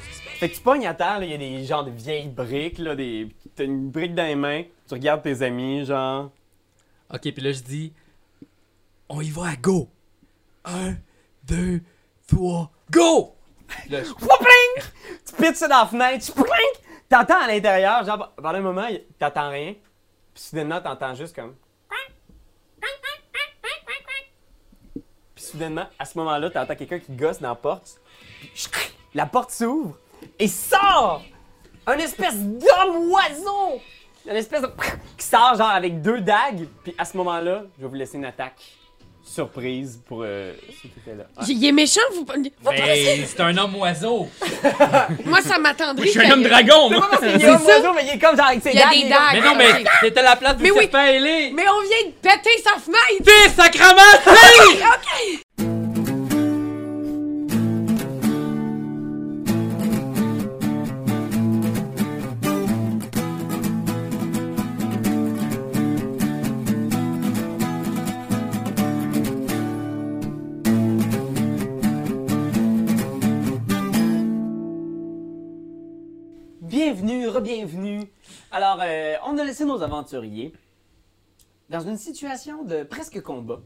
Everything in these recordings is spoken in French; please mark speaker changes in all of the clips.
Speaker 1: Fait que tu pognes à terre, là, il y a des genres de vieilles briques, là, des... t'as une brique dans les mains, tu regardes tes amis, genre.
Speaker 2: Ok, puis là, je dis, on y va à go. Un, deux, trois, go! Là, je-
Speaker 1: Pling! Tu pitches ça dans la fenêtre, tu pling! T'entends à l'intérieur, genre pendant un moment, y- t'entends rien, puis soudainement, t'entends juste comme. Puis soudainement, à ce moment-là, t'entends quelqu'un qui gosse dans la porte, puis chcric, la porte s'ouvre et sort un espèce d'homme oiseau! Un espèce de. qui sort genre avec deux dagues, puis à ce moment-là, je vais vous laisser une attaque surprise pour euh, ceux qui étaient là. Ouais.
Speaker 3: Ah. Il est méchant, vous. vous
Speaker 2: Ben, c'est un homme oiseau.
Speaker 3: Moi, ça m'attendrait.
Speaker 2: Je suis
Speaker 3: qu'il
Speaker 2: un
Speaker 3: y
Speaker 2: homme
Speaker 3: ait-
Speaker 1: Ah,
Speaker 2: dragon,
Speaker 1: C'est
Speaker 2: moi.
Speaker 1: pas parce qu'il est
Speaker 3: C'est
Speaker 1: homme
Speaker 3: ça.
Speaker 1: oiseau, mais il est comme genre avec ses
Speaker 3: Il y a
Speaker 1: dagues.
Speaker 3: des
Speaker 1: il est comme-
Speaker 2: Mais non, mais c'était la place
Speaker 3: Mais
Speaker 2: du
Speaker 3: oui.
Speaker 2: serpent ailé.
Speaker 3: Mais on vient de péter sa fenêtre!
Speaker 2: T'es sacrament, t'es!
Speaker 1: Bienvenue, re-bienvenue. Alors, euh, on a laissé nos aventuriers dans une situation de presque combat.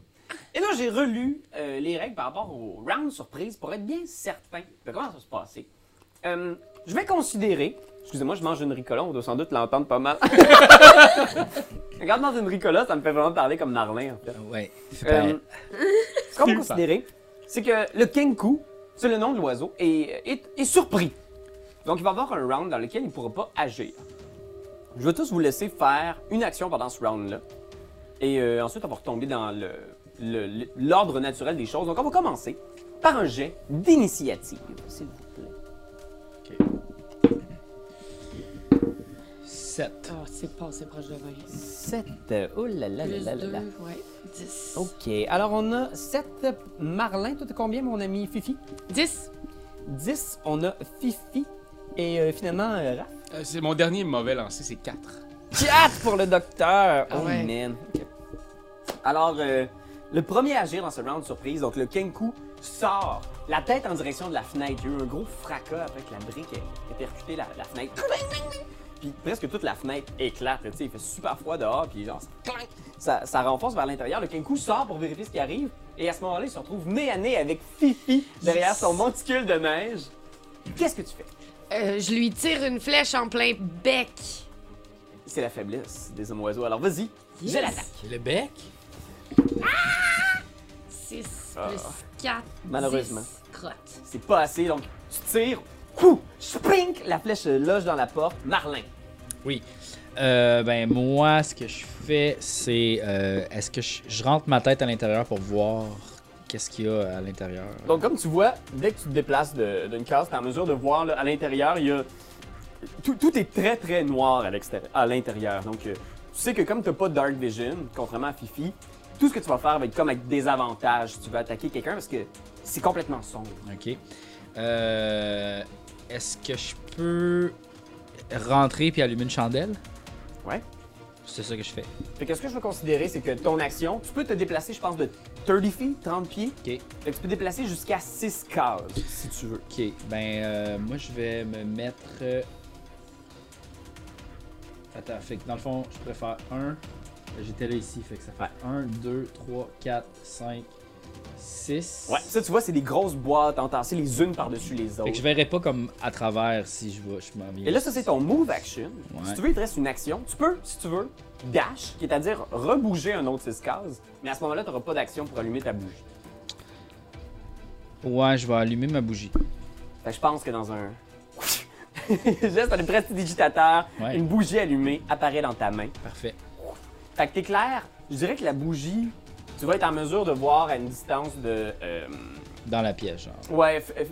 Speaker 1: Et là, j'ai relu euh, les règles par rapport au round surprise pour être bien certain de comment ça se passait. Euh, je vais considérer. Excusez-moi, je mange une ricola, on doit sans doute l'entendre pas mal. Regarde, dans une ricola, ça me fait vraiment parler comme Marlin, en fait.
Speaker 2: Ouais,
Speaker 1: Euh, ce qu'on peut considérer, c'est que le Kenku, c'est le nom de l'oiseau, est, est- est surpris. Donc, il va avoir un round dans lequel il ne pourra pas agir. Je vais tous vous laisser faire une action pendant ce round-là. Et euh, ensuite, on va retomber dans le- le- le- l'ordre naturel des choses. Donc, on va commencer par un jet d'initiative, s'il vous plaît.
Speaker 2: 7.
Speaker 1: Ah,
Speaker 3: Oh, c'est passé proche de 20.
Speaker 1: 7. Oh là là
Speaker 3: Plus
Speaker 1: là là là. Oh.
Speaker 3: 2, ouais. 10.
Speaker 1: OK. Alors, on a 7. Marlin, toi, t'as combien, mon ami Fifi?
Speaker 3: 10.
Speaker 1: 10, on a Fifi et euh, finalement euh, Raph.
Speaker 4: Euh, c'est mon dernier mauvais lancé, c'est 4.
Speaker 1: 4 pour le docteur!
Speaker 3: Ah
Speaker 1: oh
Speaker 3: ouais.
Speaker 1: man! Ok. Alors, euh, le premier à agir dans ce round surprise, donc le Kenku sort la tête en direction de la fenêtre. Il y a eu un gros fracas après que la brique ait, ait percuté la, la fenêtre. Puis presque toute la fenêtre éclate. là, tu sais, il fait super froid dehors, puis genre, ça, clank, ça, ça renforce vers l'intérieur. Le Kenku sort pour vérifier ce qui arrive, et à ce moment-là, il se retrouve nez à nez avec Fifi derrière son monticule de neige. Qu'est-ce que tu fais?
Speaker 3: Euh, je lui tire une flèche en plein bec.
Speaker 1: C'est la faiblesse des hommes oiseaux. Alors vas-y, j'ai l'attaque.
Speaker 2: Le bec?
Speaker 3: 6
Speaker 1: Ah.
Speaker 3: plus 4.
Speaker 1: Malheureusement.
Speaker 3: Crotte.
Speaker 1: C'est pas assez, donc tu tires, coup, spink, la flèche euh, loge dans la porte. Marlin,
Speaker 2: Oui. Euh, ben moi, ce que je fais, c'est euh, est-ce que je, je rentre ma tête à l'intérieur pour voir qu'est-ce qu'il y a à l'intérieur.
Speaker 1: Donc, comme tu vois, dès que tu te déplaces de- d'une case, tu es en mesure de voir là, à l'intérieur, il y a. Tout, tout est très très noir à, l'extérieur- à l'intérieur. Donc, euh, tu sais que comme tu pas Dark Vision, contrairement à Fifi, tout ce que tu vas faire va être comme avec des avantages. Tu vas attaquer quelqu'un parce que c'est complètement sombre.
Speaker 2: Ok. Euh, est-ce que je peux rentrer puis allumer une chandelle
Speaker 1: Ouais.
Speaker 2: C'est ça que je fais.
Speaker 1: Fait que ce que je veux considérer, c'est que ton action, tu peux te déplacer, je pense, de 30 feet, 30 pieds.
Speaker 2: Ok.
Speaker 1: Fait que tu peux te déplacer jusqu'à 6 cases, si tu veux.
Speaker 2: Ok. Ben euh, moi, je vais me mettre. euh, Attends, fait que dans le fond, je préfère 1. J'étais là ici, fait que ça fait 1, 2, 3, 4, 5, 6.
Speaker 1: Ouais, ça tu vois, c'est des grosses boîtes entassées les unes par-dessus les
Speaker 2: Fait que je
Speaker 1: autres.
Speaker 2: verrai pas comme à travers si je vois, je m'en viens.
Speaker 1: Et là, ça c'est ton move action.
Speaker 2: Ouais.
Speaker 1: Si tu veux, il te reste une action. Tu peux, si tu veux, dash, qui est à dire rebouger un autre 6 cases, mais à ce moment-là, tu n'auras pas d'action pour allumer ta bougie.
Speaker 2: Ouais, je vais allumer ma bougie.
Speaker 1: Fait que je pense que dans un. Juste un prestidigitateur,
Speaker 2: Ouais.
Speaker 1: une bougie allumée apparaît dans ta main.
Speaker 2: Parfait.
Speaker 1: Fait que t'es clair, je dirais que la bougie, tu vas être en mesure de voir à une distance de. euh,
Speaker 2: Dans la pièce, genre.
Speaker 1: ouais, f- f-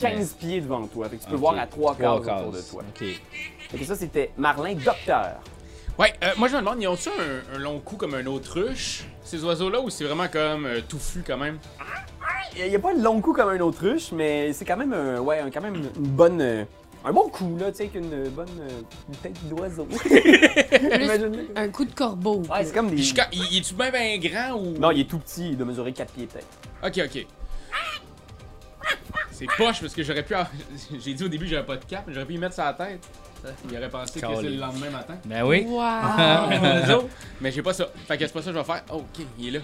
Speaker 1: 15 pieds devant toi. Fait que tu peux voir à 3 cases autour de toi.
Speaker 2: Ok.
Speaker 1: Fait que ça, c'était Marlin Docteur.
Speaker 4: Ouais, euh, moi je me demande, ils ont-tu un, un long cou comme un autruche, ces oiseaux-là, ou c'est vraiment comme euh, touffu quand même?
Speaker 1: Il n'y a pas le long cou comme un autruche, mais c'est quand même, un, ouais, un- quand même une bonne, euh, un bon coup, là, tu sais, avec une euh, bonne euh, une tête d'oiseau. Imagine-le.
Speaker 3: Un coup de corbeau.
Speaker 1: Ouais, c'est comme des...
Speaker 4: Puis je ca- il, il est-tu bien ben grand ou.
Speaker 1: Non, il est tout petit, il doit mesurer 4 pieds peut-être.
Speaker 4: Ok, ok. C'est C'est poche parce que j'aurais pu. avoir- J'ai dit au début que j'avais pas de cap, mais j'aurais pu y mettre sa tête. Il aurait pensé que c'est le
Speaker 5: Calé.
Speaker 4: lendemain matin.
Speaker 5: Ben oui.
Speaker 2: Ah.
Speaker 3: Wow.
Speaker 4: Nous autres. Mais j'ai pas ça. Fait que c'est pas ça que je vais faire. Oh, ok, il est là.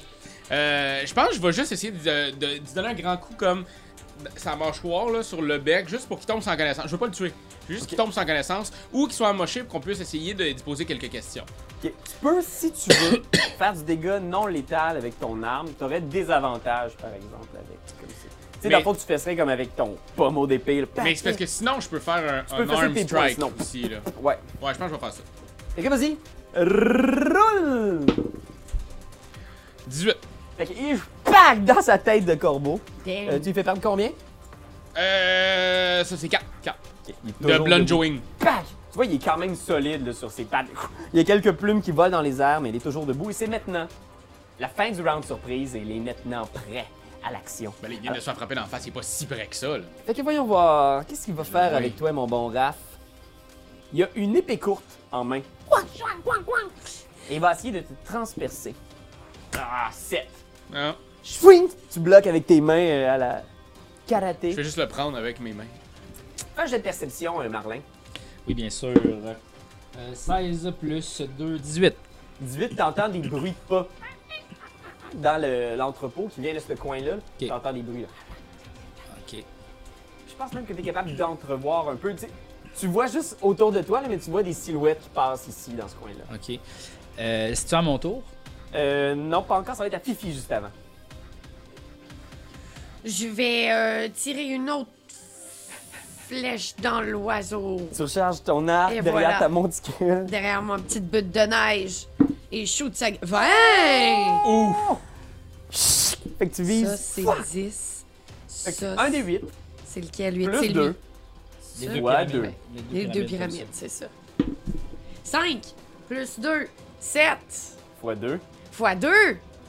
Speaker 4: Euh, je pense que je vais juste essayer de, de- d'y donner un grand coup comme sa mâchoire là, sur le bec, juste pour qu'il tombe sans connaissance. Je veux pas le tuer. Je veux juste qu'il tombe sans connaissance ou qu'il soit amoché pour qu'on puisse essayer de lui poser quelques questions.
Speaker 1: Ok, Tu peux, si tu veux, faire du dégât non létal avec ton arme. Tu aurais des avantages, par exemple, avec. Comme ça. Tu sais,
Speaker 4: Mais-
Speaker 1: la fois que tu fesserais comme avec ton pommeau d'épée. là, paf,
Speaker 4: Mais c'est parce que sinon, je peux faire un,
Speaker 1: peux
Speaker 4: un
Speaker 1: fesser
Speaker 4: arm
Speaker 1: tes poings,
Speaker 4: strike
Speaker 1: sinon.
Speaker 4: aussi. Là.
Speaker 1: Ouais.
Speaker 4: Ouais, je pense que je vais faire ça.
Speaker 1: Fait que vas-y. Roule!
Speaker 4: 18.
Speaker 1: Fait que, il pack dans sa tête de corbeau.
Speaker 3: Damn.
Speaker 1: Euh, tu lui fais perdre combien?
Speaker 4: Euh. Ça, c'est 4. 4.
Speaker 1: Ok, il est
Speaker 4: De
Speaker 1: toujours debout.
Speaker 4: blungeoing.
Speaker 1: Pac! Tu vois, il est quand même solide là, sur ses pattes. Il y a quelques plumes qui volent dans les airs, mais il est toujours debout. Et c'est maintenant la fin du round surprise et il est maintenant prêt à l'action.
Speaker 4: Ben, là, il vient de se faire frapper dans la face, il est pas si près que ça. Là.
Speaker 1: Fait que voyons voir, qu'est-ce qu'il va faire
Speaker 4: Oui.
Speaker 1: avec toi, mon bon Raph? Il a une épée courte en main. Et il va essayer de te transpercer. Ah, 7!
Speaker 4: Ah,
Speaker 1: Swing! Tu bloques avec tes mains euh, à la karaté.
Speaker 4: je vais juste le prendre avec mes mains.
Speaker 1: Un jet de perception, euh, Marlin.
Speaker 5: Oui, bien sûr. Euh, 16 plus 2, 18.
Speaker 1: 18, t'entends des bruits de pas dans le- l'entrepôt qui vient de ce coin-là. T'entends des bruits. là.
Speaker 5: Ok.
Speaker 1: Je pense même que t'es capable d'entrevoir un peu. Tu, sais, tu vois juste autour de toi, là, mais tu vois des silhouettes qui passent ici, dans ce coin-là.
Speaker 5: Ok. Euh, C'est-tu à mon tour?
Speaker 1: Euh, non, pas encore, ça va être à Fifi juste avant.
Speaker 3: Je vais euh, tirer une autre flèche dans l'oiseau
Speaker 1: Tu recharges ton arc
Speaker 3: Et
Speaker 1: derrière
Speaker 3: voilà.
Speaker 1: ta monticule.
Speaker 3: derrière ma petite butte de neige et shoot sa gue- 20!
Speaker 1: Oh!
Speaker 4: Ouf!
Speaker 1: Fait que tu
Speaker 3: Ça,
Speaker 1: vises.
Speaker 3: c'est
Speaker 1: Fuck!
Speaker 3: 10.
Speaker 1: Fait que
Speaker 3: Ça,
Speaker 1: un des huit,
Speaker 3: c'est lequel, lui? C'est
Speaker 1: plus
Speaker 3: lui.
Speaker 1: deux.
Speaker 3: Ça,
Speaker 1: Ouais, deux.
Speaker 3: Les deux pyramides, c'est ça. 5 plus 2, 7
Speaker 1: Fois deux.
Speaker 3: fois 2.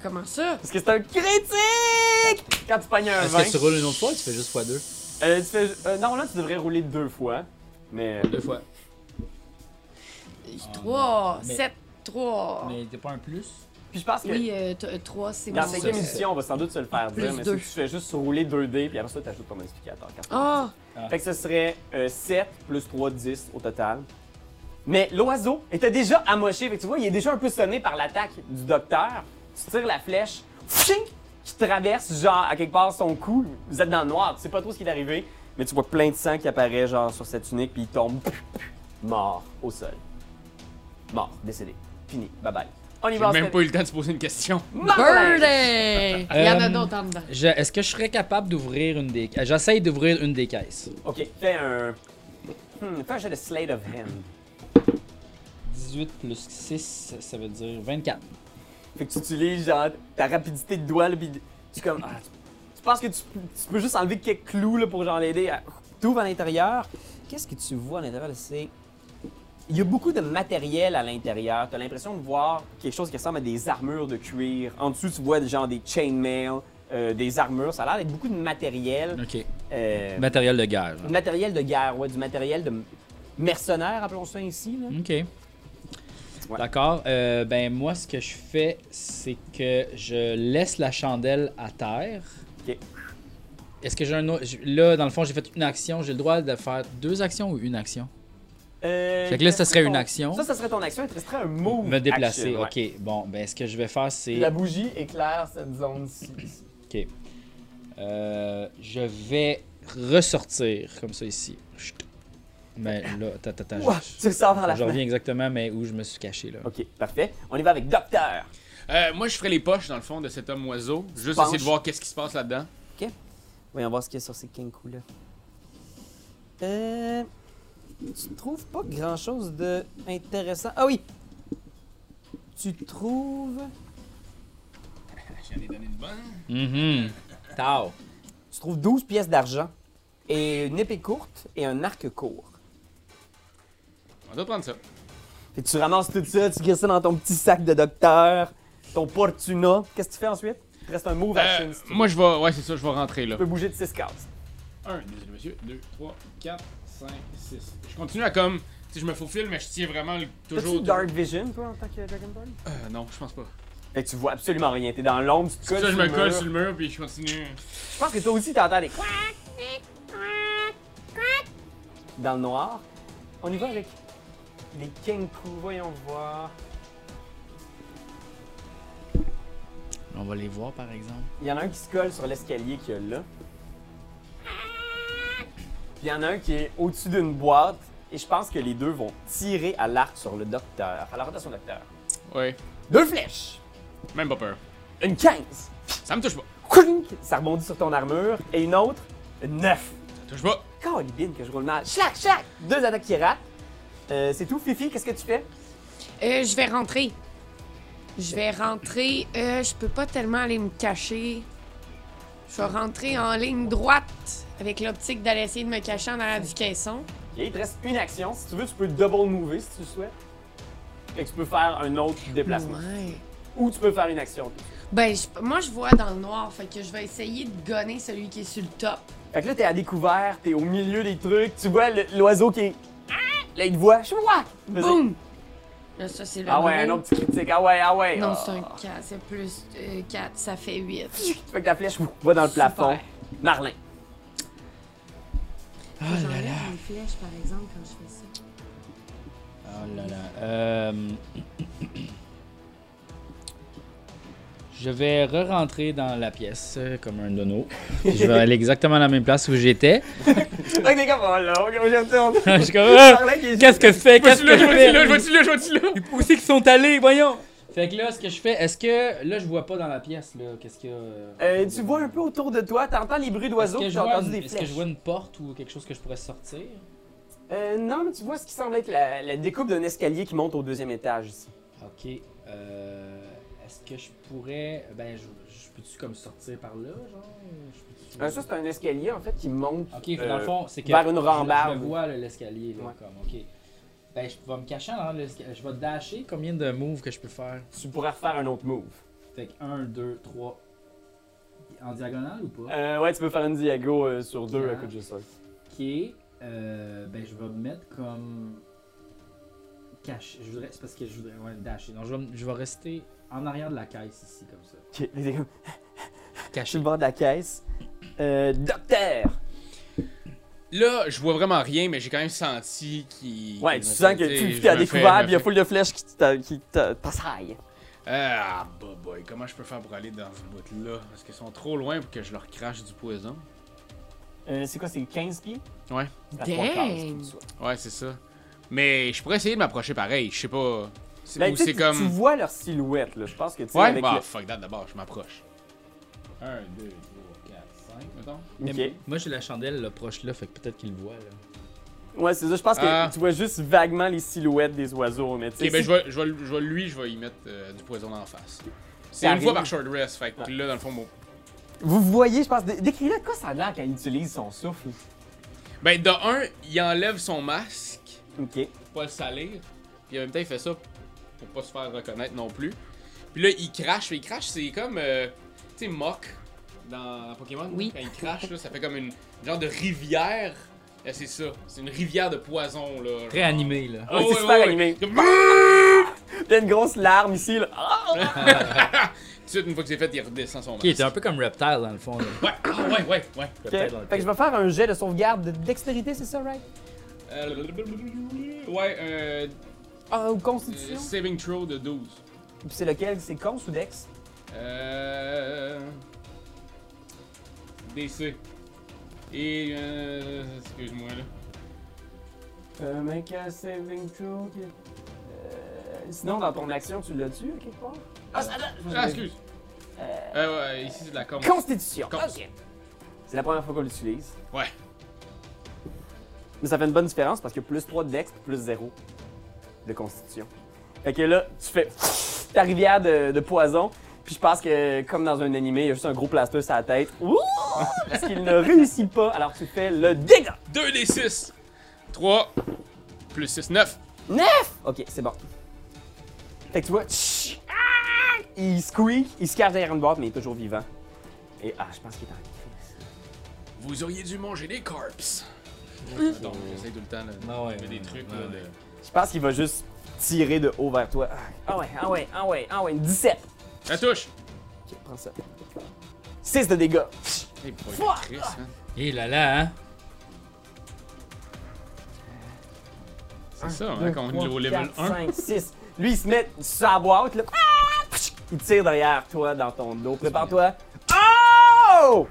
Speaker 3: Comment ça?
Speaker 1: Parce que c'est un critique! Quand tu pognes un
Speaker 5: Est-ce
Speaker 1: 20.
Speaker 5: que tu roules une autre fois ou tu fais juste fois 2
Speaker 1: euh, tu fais- euh, non, là, tu devrais rouler deux fois. Mais. euh,
Speaker 5: Deux fois.
Speaker 3: 3,
Speaker 5: Ah, mais-
Speaker 3: 7, 3.
Speaker 5: Mais t'es pas un plus
Speaker 1: Puis je pense que.
Speaker 3: Oui, euh, 3, c'est
Speaker 1: Dans la
Speaker 3: mon...
Speaker 1: cinquième
Speaker 5: c'est-
Speaker 1: émission, on va sans doute se le faire
Speaker 3: Plus
Speaker 1: dire, mais si
Speaker 3: deux.
Speaker 1: tu fais juste rouler 2D, puis après ça, tu ajoutes ton explicateur.
Speaker 3: Ah!
Speaker 1: Fait que ce serait euh, 7 plus 3, 10 au total. Mais l'oiseau était déjà amoché. Fait que tu vois, il est déjà un peu sonné par l'attaque du docteur. Tu tires la flèche, fching, qui traverse, genre, à quelque part son cou. Vous êtes dans le noir, tu sais pas trop ce qui est arrivé, mais tu vois plein de sang qui apparaît, genre, sur cette tunique, puis il tombe mort au sol. Mort, décédé. Fini, bye bye. On y
Speaker 4: J'ai
Speaker 1: va,
Speaker 4: même pas eu le temps de se poser une question.
Speaker 3: Birdie! Il y en a
Speaker 5: Euh,
Speaker 3: d'autres en dedans.
Speaker 5: Je- Est-ce que je serais capable d'ouvrir une des. euh, J'essaye d'ouvrir une des caisses.
Speaker 1: Ok, fais un. Hmm, fais un jeu de Slate of Hand.
Speaker 5: 18 plus 6, ça veut dire 24.
Speaker 1: Fait que tu utilises genre ta rapidité de doigt, là, pis tu comme. ah, tu, tu penses que tu, tu peux juste enlever quelques clous là, pour genre l'aider à. T'ouvres à l'intérieur. Qu'est-ce que tu vois à l'intérieur? là? C'est. Il y a beaucoup de matériel à l'intérieur. T'as l'impression de voir quelque chose qui ressemble à des armures de cuir. En dessous, tu vois genre des chainmail, euh, des armures. Ça a l'air d'être beaucoup de matériel.
Speaker 5: Ok.
Speaker 1: euh,
Speaker 5: Matériel de guerre. hein.
Speaker 1: du matériel de guerre, ouais, du matériel de mercenaires, appelons ça ainsi. Là.
Speaker 5: Ok. D'accord. Euh, ben moi, ce que je fais, c'est que je laisse la chandelle à terre.
Speaker 1: Ok.
Speaker 5: Est-ce que j'ai un autre... j- Là, dans le fond, j'ai fait une action. J'ai le droit de faire deux actions ou une action?
Speaker 1: Euh,
Speaker 5: Fait que là, ça serait
Speaker 1: ton-
Speaker 5: une action.
Speaker 1: Ça, ça serait ton action. Il te resterait un move.
Speaker 5: Me déplacer.
Speaker 1: action, ouais.
Speaker 5: Ok. Bon, ben ce que je vais faire, c'est...
Speaker 1: La bougie éclaire cette zone-ci.
Speaker 5: Ok. Euh, je vais ressortir comme ça ici. Chut. Mais là, attends, attends,
Speaker 2: Ah,
Speaker 5: attends,
Speaker 1: Ouah,
Speaker 5: je-
Speaker 1: tu ressors vers la
Speaker 5: Je reviens
Speaker 1: fenêtre.
Speaker 5: exactement, mais où je me suis caché là.
Speaker 1: Ok, parfait. On y va avec Docteur.
Speaker 4: Euh, moi, je ferais les poches dans le fond de cet homme oiseau. Juste
Speaker 1: penches.
Speaker 4: essayer de voir qu'est-ce qui se passe là-dedans.
Speaker 1: Voyons voir ce qu'il y a sur ces kinkus là. Euh. Tu trouves pas grand-chose de intéressant. Ah oui! Tu trouves.
Speaker 4: J'en ai donné une bonne.
Speaker 5: Mhm. Tao.
Speaker 1: Tu trouves 12 pièces d'argent et une épée courte et un arc court.
Speaker 4: On doit prendre ça.
Speaker 1: Fait que tu ramasses tout ça, tu glisses ça dans ton petit sac de docteur, ton Portuna. Qu'est-ce que tu fais ensuite? Il te Reste un move
Speaker 4: Euh,
Speaker 1: action. si tu veux.
Speaker 4: moi, je vais. Ouais, c'est ça, je vais rentrer là.
Speaker 1: Tu peux bouger de 6 cases.
Speaker 4: 1, désolé monsieur, 2, 3, 4, 5, 6. Je continue à comme. Tu sais, je me faufile, mais je tiens vraiment le-
Speaker 1: T'as-tu
Speaker 4: toujours.
Speaker 1: Dark Vision, toi, en tant que Dragon Ball?
Speaker 4: Euh, non, je pense pas.
Speaker 1: Fait que tu vois absolument rien. T'es dans l'ombre, tu te
Speaker 4: Ça,
Speaker 1: colles
Speaker 4: je
Speaker 1: sur
Speaker 4: me
Speaker 1: le
Speaker 4: colle
Speaker 1: mur.
Speaker 4: sur le mur, puis je continue.
Speaker 1: Je pense que toi aussi, t'entends des couacs, dans le noir. On y va avec les Kenku. Voyons voir.
Speaker 2: On va les voir par exemple.
Speaker 1: Il y en a un qui se colle sur l'escalier qu'il y a là. Puis il y en a un qui est au-dessus d'une boîte. Et je pense que les deux vont tirer à l'arc sur le docteur. Alors attention, docteur.
Speaker 4: Ouais.
Speaker 1: Deux flèches.
Speaker 4: Même pas peur.
Speaker 1: Une 15.
Speaker 4: Ça me touche pas.
Speaker 1: Quink! Ça rebondit sur ton armure. Et une autre, une 9.
Speaker 4: Ça touche pas.
Speaker 1: Colibine que je roule mal. Chlac, chlac! Deux attaques qui ratent. Euh, c'est tout. Fifi, qu'est-ce que tu fais?
Speaker 3: Euh, je vais rentrer. Je vais rentrer. Euh, je peux pas tellement aller me cacher. Je vais rentrer en ligne droite avec l'optique d'aller essayer de me cacher en arrière du caisson.
Speaker 1: Ok, il te reste une action. Si tu veux, tu peux double mover si tu le souhaites. Fait que tu peux faire un autre déplacement.
Speaker 3: Ouais.
Speaker 1: Ou tu peux faire une action.
Speaker 3: Ben, je- moi, je vois dans le noir, fait que je vais essayer de gonner celui qui est sur le top.
Speaker 1: Fait que là, t'es à découvert, t'es au milieu des trucs. Tu vois le- l'oiseau qui est. Ah! Là, il te voit. Chouac! Vas-y.
Speaker 3: Boum! Là, ça, c'est le
Speaker 1: Ah ouais, un
Speaker 3: gros.
Speaker 1: autre petit critique. Ah ouais, ah ouais.
Speaker 3: Non,
Speaker 1: Ah.
Speaker 3: c'est un 4, c'est plus 4, ça fait 8.
Speaker 1: Fait que la flèche ouf, va dans le
Speaker 3: Super.
Speaker 1: plafond. Marlin. Ah
Speaker 3: J'enlève mes flèches, par exemple, quand je fais ça.
Speaker 2: Oh là là. Euh, Je vais re-rentrer dans la pièce euh, comme un dono. Puis je vais aller exactement à la même place où j'étais.
Speaker 1: Fait que t'es comme, oh là, ok, je retourne.
Speaker 2: Je suis comme, Ah!
Speaker 1: Marlin qui est.
Speaker 2: Qu'est-ce que fait?
Speaker 4: Je
Speaker 2: Qu'est-ce
Speaker 4: vois-tu là,
Speaker 2: que
Speaker 4: je vois-tu
Speaker 2: fait?
Speaker 4: là, je vois-tu là, je vois-tu là.
Speaker 2: Où c'est qu'ils sont allés, voyons? Fait que là, ce que je fais, est-ce que. Là, je vois pas dans la pièce, là. Qu'est-ce qu'il y a. euh,
Speaker 1: Euh, tu vois un peu autour de toi, t'entends les bruits
Speaker 2: Est-ce
Speaker 1: d'oiseaux,
Speaker 2: que,
Speaker 1: puis
Speaker 2: je
Speaker 1: t'as
Speaker 2: vois
Speaker 1: entendu
Speaker 2: une-
Speaker 1: des
Speaker 2: est-ce que
Speaker 1: flèches.
Speaker 2: je vois une porte ou quelque chose que je pourrais sortir?
Speaker 1: Euh, non, mais tu vois ce qui semble être la, la découpe d'un escalier qui monte au deuxième étage ici.
Speaker 2: Ok. euh, Est-ce que je pourrais. Ben, je, je peux-tu comme sortir par là, genre? Je peux-tu-
Speaker 1: Euh, ça, c'est un escalier en fait qui monte.
Speaker 2: Ok, fait dans le
Speaker 1: euh,
Speaker 2: fond, c'est que.
Speaker 1: vers une
Speaker 2: je-
Speaker 1: rambarde.
Speaker 2: Je, vois là, l'escalier, là,
Speaker 1: Ouais.
Speaker 2: comme, ok. Ben, je vais me cacher en arrière de l'escalier. Je vais dasher combien de moves que je peux faire.
Speaker 1: Tu pourrais refaire un autre move.
Speaker 2: Fait que 1, 2, 3. En diagonale ou pas?
Speaker 1: Euh, ouais, tu peux faire une diago euh, sur deux à coup de jeu seul.
Speaker 2: Ok. euh, ben, je vais me mettre comme. Caché. Je voudrais. C'est parce que je voudrais. Ouais, dasher. Donc, je vais, me- je vais rester en arrière de la caisse ici, comme ça.
Speaker 1: Ok, les gars, je suis
Speaker 2: Caché.
Speaker 1: le bord de la caisse. Euh, docteur!
Speaker 4: Là, je vois vraiment rien, mais j'ai quand même senti qu'il.
Speaker 1: Ouais,
Speaker 4: qu'il
Speaker 1: tu
Speaker 4: me
Speaker 1: sens que
Speaker 4: faisait-
Speaker 1: tu
Speaker 4: je
Speaker 1: tu t'es à
Speaker 4: me fais-
Speaker 1: découvert,
Speaker 4: me
Speaker 1: puis il y a
Speaker 4: fais-
Speaker 1: full de flèches qui t'a- qui t'a- t'assaillent.
Speaker 4: Ah, bah, boy, comment je peux faire pour aller dans ce bout-là Parce qu'ils sont trop loin pour que je leur crache du poison.
Speaker 1: Euh, c'est quoi, c'est 15 pieds?
Speaker 4: Ouais.
Speaker 1: À trois quarts,
Speaker 3: Dang!
Speaker 1: c'est tout ça.
Speaker 4: Ouais, c'est ça. Mais je pourrais essayer de m'approcher pareil. Je sais pas. C'est
Speaker 1: Ben,
Speaker 4: ou
Speaker 1: tu sais,
Speaker 4: c'est
Speaker 1: tu- Tu
Speaker 4: comme.
Speaker 1: vois leur silhouette, là. Je pense que tu sais,
Speaker 4: Ouais,
Speaker 1: avec
Speaker 4: bah,
Speaker 1: le-
Speaker 4: fuck that d'abord, je m'approche. 1, 2, 3, 4, 5, mettons.
Speaker 1: Ok.
Speaker 2: Moi, j'ai la chandelle là, proche là, fait que peut-être qu'il le voit là.
Speaker 1: Ouais, c'est ça. Je pense que
Speaker 4: Ah.
Speaker 1: tu vois juste vaguement les silhouettes des oiseaux, mais tu sais.
Speaker 4: Ok, ben
Speaker 1: si-
Speaker 4: je vais, je, vais, je vais lui, je vais y mettre euh, du poison dans la face. C'est une
Speaker 1: T'arrives.
Speaker 4: fois par short rest, fait que là, dans le fond, bon.
Speaker 1: Vous voyez, je pense. dé- Décris-le, de quoi ça a l'air quand il utilise son souffle.
Speaker 4: Ben, de un, il enlève son masque
Speaker 1: Ok.
Speaker 4: pour pas le salir. Puis en même temps, il fait ça pour pas se faire reconnaître non plus. Puis là, il crache. Mais il crache, c'est comme. euh, tu sais, mock dans Pokémon.
Speaker 3: Oui.
Speaker 4: Quand il crache, là, ça fait comme une une genre de rivière. Là, c'est ça. C'est une rivière de poison, là.
Speaker 2: Très animé là.
Speaker 1: Ouais, c'est super animé.
Speaker 4: Comme- Tout
Speaker 1: Il y a une grosse larme ici, là. Ah!
Speaker 4: de suite, une fois que c'est fait, il redescend son masque.
Speaker 2: Ok, t'es un peu comme Reptile dans le fond. là.
Speaker 4: Ouais, ah, ouais, ouais, ouais.
Speaker 1: Ok.
Speaker 2: Reptile dans le
Speaker 1: Fait que je vais faire un jet de sauvegarde de dextérité, c'est ça, right?
Speaker 4: Euh, ouais, euh,
Speaker 1: Ah, ou
Speaker 4: euh,
Speaker 1: constitution.
Speaker 4: saving throw de 12.
Speaker 1: Puis c'est lequel? C'est cons ou dex?
Speaker 4: Euh... DC. Et... Euh... Excuse-moi là.
Speaker 1: Euh, make a saving throw. ok. Euh, Sinon, dans ton action, tu l'as tué à quelque part? Ah, ça-
Speaker 4: Ah, excuse. Euh, ouais, ici c'est de la com.
Speaker 1: Constitution.
Speaker 4: Cons.
Speaker 1: Ok. C'est la première fois qu'on l'utilise.
Speaker 4: Ouais.
Speaker 1: Mais ça fait une bonne différence parce que plus 3 de dex, puis plus 0 de constitution. Fait que là, tu fais ta rivière de, de poison, puis je pense que, comme dans un animé, il y a juste un gros plaster sur la tête. Ouh! Parce qu'il ne réussit pas, alors tu fais le dégât!
Speaker 4: 2 des 6. 3. Plus 6, 9.
Speaker 1: Ok, c'est bon. Fait que tu vois, tch, ah! il squeak, il se cache derrière une boîte, mais il est toujours vivant. Et ah, je pense qu'il est en
Speaker 4: Vous auriez dû manger des corps.
Speaker 1: Hum.
Speaker 4: Donc j'essaie tout le temps de
Speaker 2: Ah ouais,
Speaker 4: de mettre
Speaker 2: ouais,
Speaker 4: des trucs
Speaker 2: ouais,
Speaker 4: là.
Speaker 2: ouais.
Speaker 4: de-
Speaker 1: Je pense qu'il va juste tirer de haut vers toi. Ah ouais, ah ouais, ah ouais, ah ouais, une 17.
Speaker 4: La touche.
Speaker 1: Ok, prends ça. 6 de dégâts.
Speaker 4: Hey, pour
Speaker 1: Fuck.
Speaker 5: Eh
Speaker 4: être triste, hein.
Speaker 2: Et là là, hein?
Speaker 4: C'est ça, hein, quand on est au level 1.
Speaker 1: 5, 6. Lui, il se met sur la boîte, là. Ah! Psh! Il tire derrière toi, dans ton dos. Prépare-toi. Oh!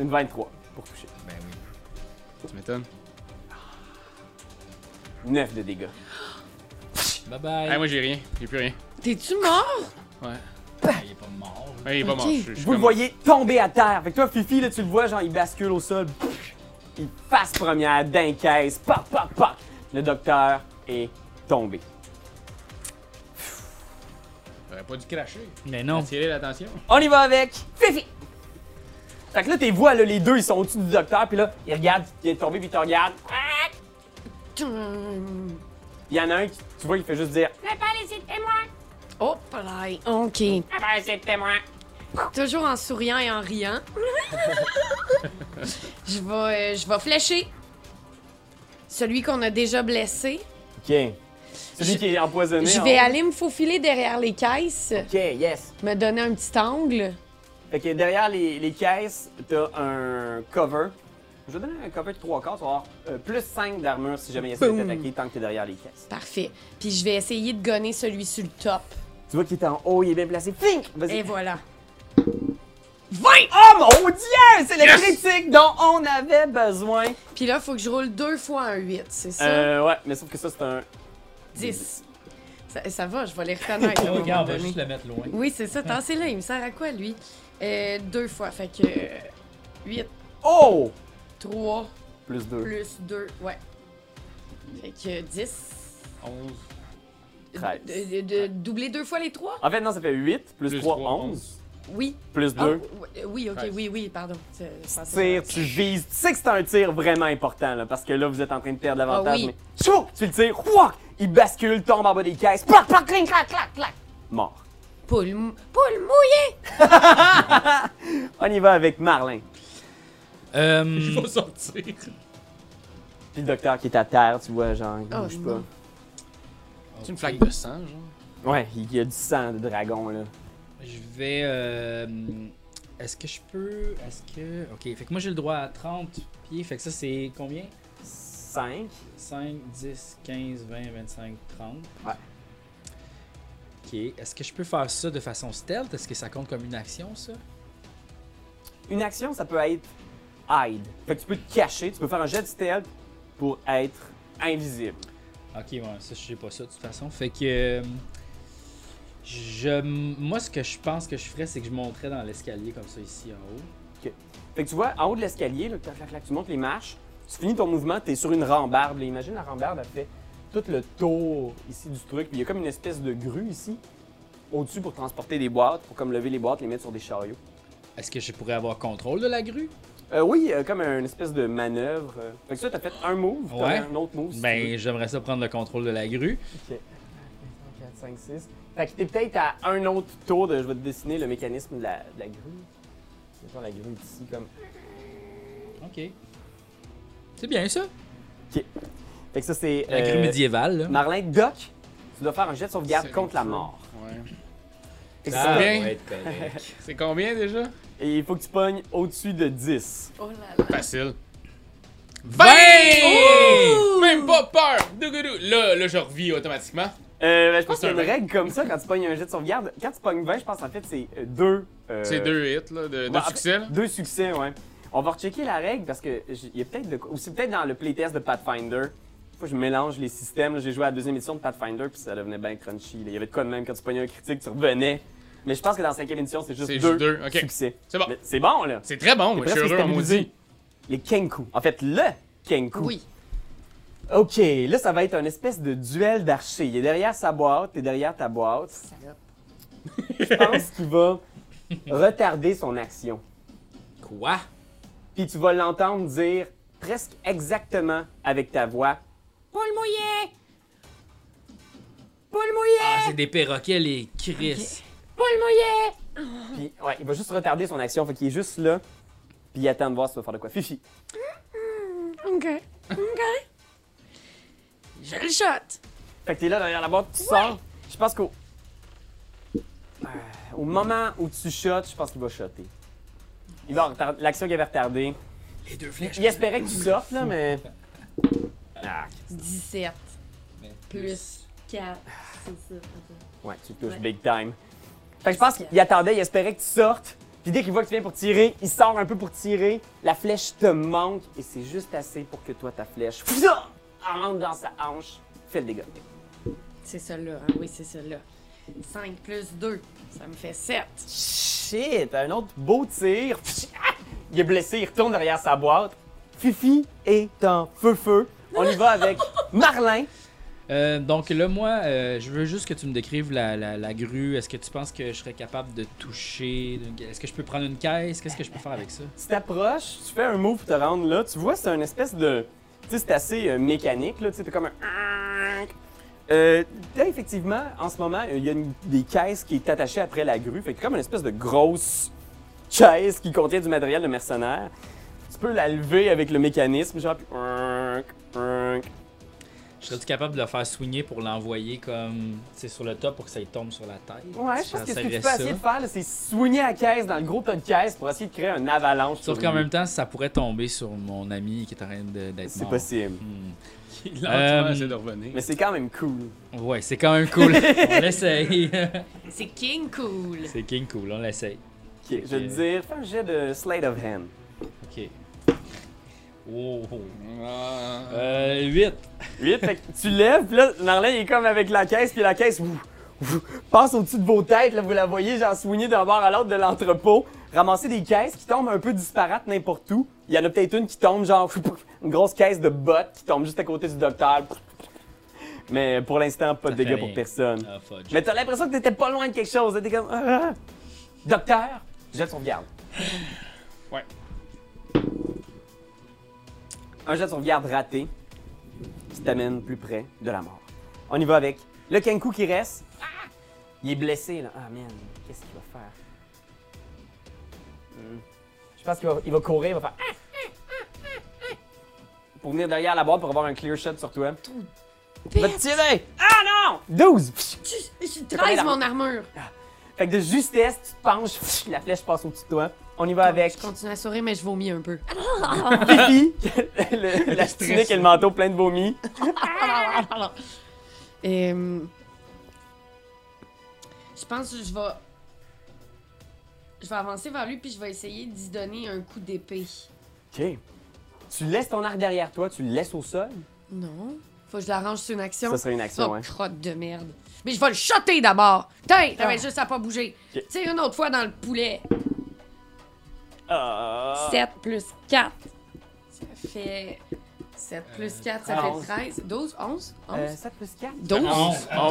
Speaker 1: Une 23 pour toucher.
Speaker 4: Ben oui. Tu m'étonnes.
Speaker 1: 9 de dégâts.
Speaker 5: Bye bye.
Speaker 4: Ah, moi j'ai rien, j'ai plus rien.
Speaker 3: T'es-tu mort?
Speaker 4: Ouais.
Speaker 5: Ah, il est pas mort. là.
Speaker 4: Ouais, il est pas
Speaker 3: Ok.
Speaker 4: mort. je- je suis
Speaker 1: Vous le
Speaker 4: comme-
Speaker 1: voyez tomber à terre. Fait que toi, Fifi, là, tu le vois, genre, il bascule au sol. Pff! Il passe première d'incaisse. Pop, pop, pop. Le docteur est tombé.
Speaker 4: T'aurais pas dû cracher.
Speaker 5: Mais non.
Speaker 4: Attirer l'attention.
Speaker 1: On y va avec Fifi. Fait que là, t'es vois, là, les deux, ils sont au-dessus du docteur, puis là, ils regardent, il est tombé, puis ils te regardent. Ah!
Speaker 3: Hum.
Speaker 1: Il y en a un qui, tu vois, il fait juste dire
Speaker 3: Hop là, ok. ben, Toujours en souriant et en riant. je vais, euh, je vais flécher. Celui qu'on a déjà blessé.
Speaker 1: OK. Celui qui est empoisonné.
Speaker 3: Je
Speaker 1: on-
Speaker 3: vais aller me faufiler derrière les caisses,
Speaker 1: OK, yes.
Speaker 3: me donner un petit angle.
Speaker 1: Fait que derrière les, les caisses, t'as un cover. Je vais donner un cover de 3 quarts, tu vas avoir euh, plus 5 d'armure si jamais il essaie de
Speaker 3: Boum.
Speaker 1: t'attaquer tant que t'es derrière les caisses.
Speaker 3: Parfait. Puis je vais essayer de gonner celui sur le top.
Speaker 1: Tu vois qu'il est en haut, il est bien placé. Pink! Vas-y.
Speaker 3: Et voilà.
Speaker 1: 20! Oh mon dieu! C'est le
Speaker 4: Yes!
Speaker 1: critique dont on avait besoin.
Speaker 3: Puis là, faut que je roule deux fois un 8, c'est ça?
Speaker 1: Euh, ouais, mais sauf que ça, c'est un
Speaker 3: 10. Ça, ça va, je vais les reconnaître.
Speaker 1: Ah
Speaker 3: là, à un moment
Speaker 5: Ah Regarde, on va
Speaker 3: donné.
Speaker 5: juste le mettre loin.
Speaker 3: Oui, c'est ça. Tant c'est là, il me sert à quoi, lui? Euh, deux fois. Fait que euh, 8,
Speaker 1: Oh!
Speaker 3: 3,
Speaker 1: Plus 2.
Speaker 3: plus 2, ouais. Fait que 10.
Speaker 4: 11.
Speaker 1: Treize.
Speaker 3: De- de- de- doubler deux fois les trois?
Speaker 1: En fait, non, ça fait 8, plus,
Speaker 4: Plus
Speaker 1: 3,
Speaker 4: trois,
Speaker 1: 11.
Speaker 4: onze.
Speaker 3: Oui.
Speaker 1: Plus 2.
Speaker 3: Ah, oui, oui, ok,
Speaker 4: Treize.
Speaker 3: oui, oui, pardon. Je- je pensais que-
Speaker 1: Tire, tu vises. Tu sais que c'est un tir vraiment important, là, parce que là, vous êtes en train de perdre l'avantage,
Speaker 3: Ah oui.
Speaker 1: mais Tchou! tu le tires, wouah! il bascule, tombe en bas des caisses, plac, plac, cling, clac, clac, clac, mort.
Speaker 3: Poule, mou- poule mouillée!
Speaker 1: On y va avec Marlin,
Speaker 4: Il
Speaker 2: Hmm.
Speaker 5: Euh,
Speaker 4: va sortir.
Speaker 1: puis le docteur qui est à terre, tu vois, genre, il
Speaker 3: Oh,
Speaker 1: bouge
Speaker 3: non.
Speaker 1: pas.
Speaker 4: C'est une flaque de sang, genre.
Speaker 1: Ouais, il y a du sang de dragon, là.
Speaker 5: je vais. euh, Est-ce que je peux. Est-ce que. Ok, fait que moi j'ai le droit à 30 pieds. Fait que ça c'est combien
Speaker 1: 5.
Speaker 5: 5, 10, 15, 20, 25, 30.
Speaker 1: Ouais.
Speaker 5: Ok, est-ce que je peux faire ça de façon stealth Est-ce que ça compte comme une action ça
Speaker 1: Une action, ça peut être hide. Fait que tu peux te cacher, tu peux faire un jet de stealth pour être invisible.
Speaker 5: Ok, ouais, ça, je sais pas ça de toute façon. Fait que. euh, Je, moi, ce que je pense que je ferais, c'est que je monterais dans l'escalier comme ça ici en haut.
Speaker 1: Fait que tu vois, en haut de l'escalier, là, clac, clac, clac, tu montes les marches, tu finis ton mouvement, t'es sur une rambarde. là. Imagine la rambarde, elle fait tout le tour ici du truc. Puis il y a comme une espèce de grue ici, au-dessus pour transporter des boîtes, pour comme lever les boîtes, les mettre sur des chariots.
Speaker 5: Est-ce que je pourrais avoir contrôle de la grue
Speaker 1: Euh, oui, euh, comme une espèce de manœuvre. euh. Fait que ça, t'as fait un move, t'as
Speaker 5: Ouais.
Speaker 1: un autre move. si tu
Speaker 5: Ben,
Speaker 1: veux.
Speaker 5: j'aimerais ça prendre le contrôle de la grue.
Speaker 1: Ok. 1, 4, 5, 6. Fait que t'es peut-être à un autre tour de. Je vais te dessiner le mécanisme de la, de la grue. Mettons la grue ici, comme.
Speaker 5: Ok. C'est bien ça.
Speaker 1: Fait que ça, c'est.
Speaker 5: La grue
Speaker 1: euh,
Speaker 5: médiévale, là.
Speaker 1: Marlin, Doc, tu dois faire un jet de sauvegarde
Speaker 4: C'est
Speaker 1: contre la
Speaker 4: fou.
Speaker 1: mort.
Speaker 4: Ouais.
Speaker 1: Et
Speaker 4: Ah,
Speaker 1: ça,
Speaker 4: bien.
Speaker 6: va être correct.
Speaker 4: C'est combien déjà
Speaker 1: Et il faut que tu pognes au-dessus de 10.
Speaker 3: Oh là là.
Speaker 4: Facile. 20!
Speaker 3: Ouh!
Speaker 4: Même pas peur! Dougoudou. Là, là, je revis automatiquement.
Speaker 1: Euh, ben, je pense
Speaker 4: C'est
Speaker 1: qu'il y a une
Speaker 4: un vingt.
Speaker 1: règle comme ça quand tu pognes un jet de sauvegarde. Quand tu pognes 20, je pense en fait c'est 2.
Speaker 4: C'est deux hits là, de, de succès. là.
Speaker 1: Deux succès, ouais. On va rechecker la règle parce que j- il y a peut-être de quoi- Ou c'est peut-être dans le playtest de Pathfinder. Des fois, je mélange les systèmes. là. J'ai joué à la deuxième édition de Pathfinder puis ça devenait bien crunchy. là. Il y avait de quoi de même quand tu pognais un critique, tu revenais. Mais je pense que dans la cinquième édition, c'est juste
Speaker 4: C'est
Speaker 1: deux,
Speaker 4: juste deux, ok.
Speaker 1: succès.
Speaker 4: C'est bon.
Speaker 1: Mais C'est bon, là.
Speaker 4: C'est très bon, moi, je
Speaker 1: presque
Speaker 4: suis heureux en
Speaker 1: stabilisé.
Speaker 4: maudit.
Speaker 1: Les Kenku. En fait, le Kenku.
Speaker 3: Oui.
Speaker 1: OK, là, ça va être un espèce de duel d'archers. Il est derrière sa boîte, t'es derrière ta boîte. Je pense qu'il va retarder son action.
Speaker 5: Quoi
Speaker 1: Puis tu vas l'entendre dire presque exactement avec ta voix.
Speaker 3: Poule mouillée!
Speaker 1: Paul mouillé!
Speaker 5: Ah, c'est des perroquets, les Chris.
Speaker 3: Poule mouillée!
Speaker 1: Puis ouais, il va juste retarder son action, fait qu'il est juste là. Puis il attend de voir si tu vas faire de quoi. Fifi.
Speaker 3: OK. OK. Je le shot.
Speaker 1: Fait que t'es là derrière la boîte, tu sors. Je pense qu'au. Euh, au moment où tu shottes, je pense qu'il va shotter. Il va retar- L'action qu'il avait retardée.
Speaker 5: Les deux flèches.
Speaker 1: Il espérait que tu sortes, là, mais. Ah, Christ.
Speaker 3: 17
Speaker 2: Mais
Speaker 3: plus
Speaker 7: 4, c'est ça. ok.
Speaker 1: Ouais, tu touches
Speaker 7: Ouais.
Speaker 1: big time. Fait que je pense qu'il attendait, il espérait que tu sortes. Puis dès qu'il voit que tu viens pour tirer, il sort un peu pour tirer. La flèche te manque et c'est juste assez pour que toi, ta flèche, fouza, rentre dans sa hanche, fait le dégât.
Speaker 3: C'est celle-là, hein? oui, c'est celle-là. 5 plus 2, ça me fait 7.
Speaker 1: Shit, un autre beau tir. Ah! Il est blessé, il retourne derrière sa boîte. Fifi est en feu-feu. On y va avec Marlin.
Speaker 2: Euh, donc là, moi, euh, je veux juste que tu me décrives la, la- la grue. Est-ce que tu penses que je serais capable de toucher Est-ce que je peux prendre une caisse Qu'est-ce que je peux faire avec ça
Speaker 1: tu t'approches, tu fais un move pour te rendre là. Tu vois, c'est une espèce de. Tu sais, c'est assez euh, mécanique, là. Tu sais, t'as comme un. Euh, là, effectivement, en ce moment, il y a une- des caisses qui est attachée après la grue. Fait que comme une espèce de grosse caisse qui contient du matériel de mercenaire. Tu peux la lever avec le mécanisme, genre. puis-
Speaker 2: Je serais-tu capable de le faire soigner pour l'envoyer comme c'est sur le top pour que ça lui tombe sur la tête
Speaker 1: Ouais, je pense que ce que tu peux
Speaker 2: J'essaierais
Speaker 1: essayer de faire, là, c'est soigner la caisse dans le gros tas de caisses pour essayer de créer un avalanche. sur
Speaker 2: Sauf qu'en
Speaker 1: lui.
Speaker 2: même temps, ça pourrait tomber sur mon ami qui est en train de- d'être
Speaker 1: C'est
Speaker 2: mort.
Speaker 1: possible.
Speaker 2: Hmm.
Speaker 4: Qui lentement
Speaker 2: Euh,
Speaker 4: essaie de revenir.
Speaker 1: Mais c'est quand même cool.
Speaker 2: Ouais, c'est quand même cool. on l'essaye.
Speaker 3: C'est King Cool.
Speaker 2: c'est King Cool, on l'essaye.
Speaker 1: Ok, Je veux te dire, fais un jet de Slate of Hand.
Speaker 2: Ok. Oh.
Speaker 4: Ah.
Speaker 2: Euh, 8.
Speaker 1: Vite, fait que tu lèves, puis là, Marlin, il est comme avec la caisse, puis la caisse ouf, ouf, passe au-dessus de vos têtes, là, vous la voyez, genre soigner d'un bord à l'autre de l'entrepôt, ramasser des caisses qui tombent un peu disparates n'importe où. Il y en a peut-être une qui tombe, genre, ouf, ouf, une grosse caisse de bottes qui tombe juste à côté du docteur. Mais pour l'instant, pas de
Speaker 2: Ça fait
Speaker 1: dégâts pour
Speaker 2: rien.
Speaker 1: personne.
Speaker 2: Ah, fudge.
Speaker 1: Mais t'as l'impression que t'étais pas loin de quelque chose, t'étais comme... Ah! Docteur, je de sauvegarde.
Speaker 4: Ouais.
Speaker 1: Un jet de sauvegarde raté qui t'amène plus près de la mort. On y va avec le Kenku qui reste. Ah! Il est blessé, là. Ah, man, qu'est-ce qu'il va faire? Hmm. Je pense qu'il va, il va courir, il va faire... Ah, ah, ah, ah. Pour venir derrière la boîte pour avoir un clear shot sur toi. Va te tirer! Ah non! 12! Pfff.
Speaker 3: Je 13 mon armure.
Speaker 1: Fait que de justesse, tu te penches, pfff, la flèche passe au-dessus de toi. On y va avec
Speaker 3: Ah, Je continue à sourire, mais je vomis un peu.
Speaker 1: Fifi, le- la tunique et le manteau plein de vomi. Ah,
Speaker 3: Euh, je pense que je vais. Je vais avancer vers lui puis je vais essayer d'y donner un coup d'épée.
Speaker 1: OK. Tu laisses ton arc derrière toi, tu le laisses au sol.
Speaker 3: Non. Faut que je l'arrange sur une action.
Speaker 1: Ça serait une action,
Speaker 3: Oh,
Speaker 1: ouais.
Speaker 3: crotte de merde. Mais je vais le shotter d'abord. Tiens, t'avais juste à pas bouger.
Speaker 1: Ah. Ok.
Speaker 3: Tu sais, une autre fois dans le poulet.
Speaker 1: Ah.
Speaker 3: 7 plus 4. Ça fait. 7 plus 4, ça
Speaker 1: onze.
Speaker 3: fait 13. 12, 11, 11.
Speaker 1: Euh, 7 plus 4.
Speaker 3: 12.
Speaker 4: 11, 11,
Speaker 1: Ah,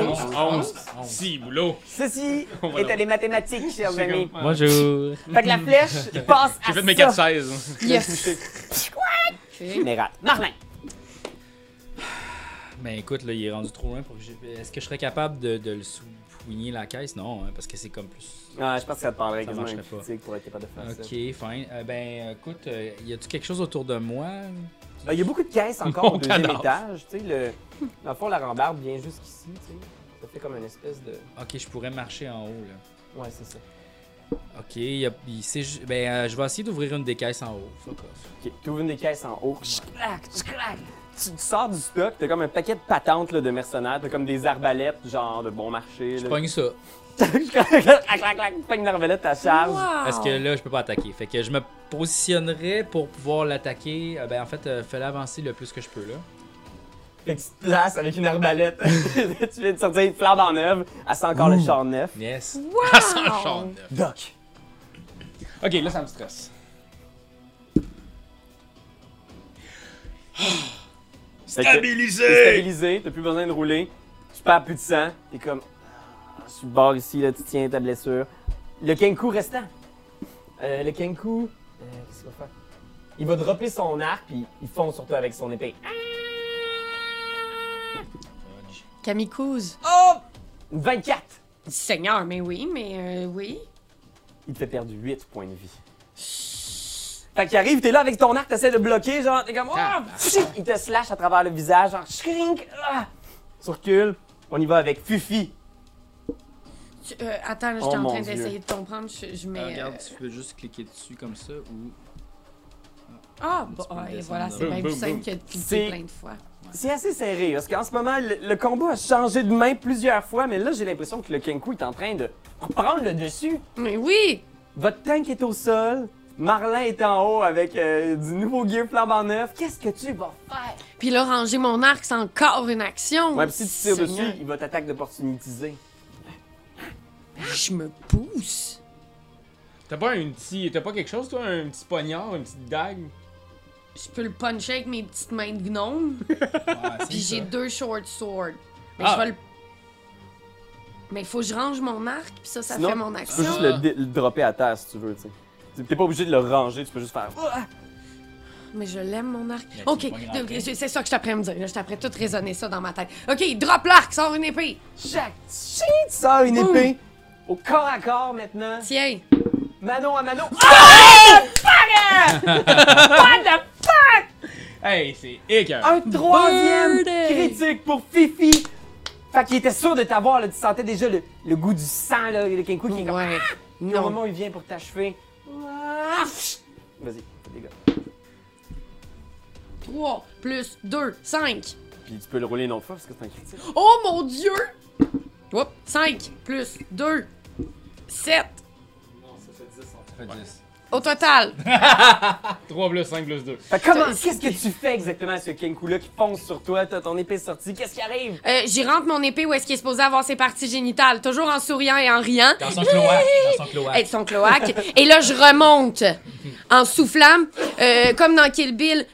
Speaker 4: 11.
Speaker 2: Onze.
Speaker 4: Ah, Si, boulot.
Speaker 1: Ceci
Speaker 4: On va
Speaker 1: est
Speaker 4: le-
Speaker 1: à des mathématiques, chers amis.
Speaker 2: Bonjour.
Speaker 1: Fait que la flèche il passe à
Speaker 4: J'ai fait mes
Speaker 1: ça.
Speaker 4: 4-16.
Speaker 3: Yes. Ok.
Speaker 1: Mais rate. Marlin.
Speaker 2: Ben écoute, là, il est rendu trop loin pour que j'ai- Est-ce que je serais capable de, de le soigner la caisse? Non, hein, parce que c'est comme plus.
Speaker 1: Ah, je pense que ça te parlerait
Speaker 2: Ça
Speaker 1: quasiment un
Speaker 2: marcherait pas.
Speaker 1: critique pour être capable de faire
Speaker 2: Ok,
Speaker 1: ça.
Speaker 2: fine. Euh, ben écoute, euh, y a-tu quelque chose autour de moi?
Speaker 1: Ah, Il y a beaucoup de caisses encore au
Speaker 4: Mon
Speaker 1: deuxième
Speaker 4: cadavre.
Speaker 1: étage. Tu sais, le... Dans le fond, la rambarde vient jusqu'ici. tu sais. Ça fait comme une espèce de...
Speaker 2: Ok, je pourrais marcher en haut, là.
Speaker 1: Ouais, c'est ça.
Speaker 2: Ok, y a- y- c'est ju- ben, euh, je vais essayer d'ouvrir une des caisses en haut. Fuck off.
Speaker 1: Ok, tu ouvres une des caisses en haut. Chclac, chclac. Tu tu sors du stock, t'as comme un paquet de patentes là, de mercenaires, t'as comme des arbalètes, genre de bon marché.
Speaker 2: Je
Speaker 1: là.
Speaker 2: pogne ça.
Speaker 1: Clac, clac, clac, tu pognes une arbalète à charge.
Speaker 2: Parce que là, je peux pas attaquer. Fait que je me positionnerai pour pouvoir l'attaquer. Euh, ben en fait, euh, fais-la avancer le plus que je peux, là.
Speaker 1: Fait que tu te places avec une arbalète. tu viens de sortir une flambe en œuvre, elle sent encore le char neuf.
Speaker 2: Yes.
Speaker 4: À 100 hein. Ah, chante.
Speaker 1: Doc.
Speaker 4: Ok, là, ça me stresse.
Speaker 1: 'Stabilisé!
Speaker 4: Stabilisé!
Speaker 1: Stabilisé, t'as plus besoin de rouler, tu perds plus de sang, t'es comme. ah, Sur le bord ici, là, tu tiens ta blessure. Le Kenku restant. Euh, le Kenku. euh, Qu'est-ce qu'il va faire? Il va dropper son arc, puis il fonce sur toi avec son épée.
Speaker 3: Kamikouz.
Speaker 1: Oh! 24!
Speaker 3: Seigneur, mais oui, mais euh, oui.
Speaker 1: Il te fait perdre 8 points de vie. Fait qu'il arrive, t'es là avec ton arc, t'essaies de bloquer, genre, t'es comme. Ah! Il te slash à travers le visage, genre, shrink! Ah! Tu recules, on y va avec Fufi.
Speaker 3: Tu- euh, attends, là, j'étais
Speaker 1: Oh,
Speaker 3: en
Speaker 1: mon
Speaker 3: train
Speaker 1: Dieu.
Speaker 4: Euh,
Speaker 3: euh, d'essayer de comprendre. Je, je mets.
Speaker 2: regarde,
Speaker 3: euh,
Speaker 2: tu peux juste cliquer dessus comme ça ou.
Speaker 3: Ah,
Speaker 5: Tu
Speaker 3: bah,
Speaker 5: peux me
Speaker 3: et
Speaker 5: descendre
Speaker 3: voilà,
Speaker 5: de
Speaker 3: c'est
Speaker 5: là.
Speaker 3: bien
Speaker 4: Boum,
Speaker 3: plus
Speaker 4: boum,
Speaker 3: simple
Speaker 4: boum.
Speaker 3: que de cliquer
Speaker 1: C'est-
Speaker 3: plein de fois. Ouais.
Speaker 1: C'est assez serré, parce qu'en ce moment, le, le combat a changé de main plusieurs fois, mais là, j'ai l'impression que le Kenku est en train de prendre le dessus.
Speaker 3: Mais oui!
Speaker 1: Votre tank est au sol, Marlin est en haut avec euh, du nouveau gear flambant neuf. Qu'est-ce que tu vas
Speaker 3: Puis là, ranger mon arc, c'est encore une action.
Speaker 1: Ouais, pis si tu tires
Speaker 3: Seigneur.
Speaker 1: dessus, il va t'attaquer d'opportuniser.
Speaker 3: Ah, Je me pousse.
Speaker 4: T'as pas un petit. T'as pas quelque chose, toi Un petit poignard, une petite dague
Speaker 3: Je peux le puncher avec mes petites mains de gnome. Puis j'ai deux short swords. Mais
Speaker 4: Ah.
Speaker 3: je vais le. Mais il faut que je range mon arc, puis ça, ça
Speaker 1: Sinon,
Speaker 3: fait mon
Speaker 1: Tu peux
Speaker 3: action.
Speaker 1: juste le, dé- le dropper à terre si tu veux, tu sais. Tu- T'es pas obligé de le ranger, tu peux juste faire.
Speaker 3: Mais je l'aime, mon arc.
Speaker 5: Mais
Speaker 3: Ok,
Speaker 5: c'est pas grave,
Speaker 3: ok,
Speaker 5: hein.
Speaker 3: c'est ça que je t'apprends à me dire. là. Je t'apprends tout raisonner ça dans ma tête. Ok, drop l'arc, sors une épée.
Speaker 1: Jack, shit, sors une
Speaker 3: Boum.
Speaker 1: épée. Au corps à corps maintenant.
Speaker 3: Tiens.
Speaker 1: Manon à Manon. Ah!
Speaker 4: Hey, c'est écœur.
Speaker 1: Un troisième
Speaker 3: Bird!
Speaker 1: critique pour Fifi. Fait qu'il était sûr de t'avoir, là, tu sentais déjà le, le goût du sang, là, le Kenku qui est comme.
Speaker 3: Ouais.
Speaker 1: Non. Normalement, il vient pour t'achever. Ah! Vas-y, fais des gars.
Speaker 3: 3 plus 2, 5.
Speaker 1: Puis tu peux le rouler une autre fois parce que c'est un critique.
Speaker 3: Oh mon dieu! 5 plus 2, 7. Au total.
Speaker 4: 3 plus 5 plus 2.
Speaker 1: Fait que comment, qu'est-ce que tu fais exactement à ce Kenku-là qui fonce sur toi? T'as ton épée sortie, qu'est-ce qui arrive?
Speaker 3: Euh, J'y rentre mon épée où est-ce qu'il est supposé avoir ses parties génitales, toujours en souriant et en riant.
Speaker 5: Dans son cloaque, dans son cloaque.
Speaker 3: Être son cloaque. et là, je remonte en soufflant, euh, comme dans Kill Bill.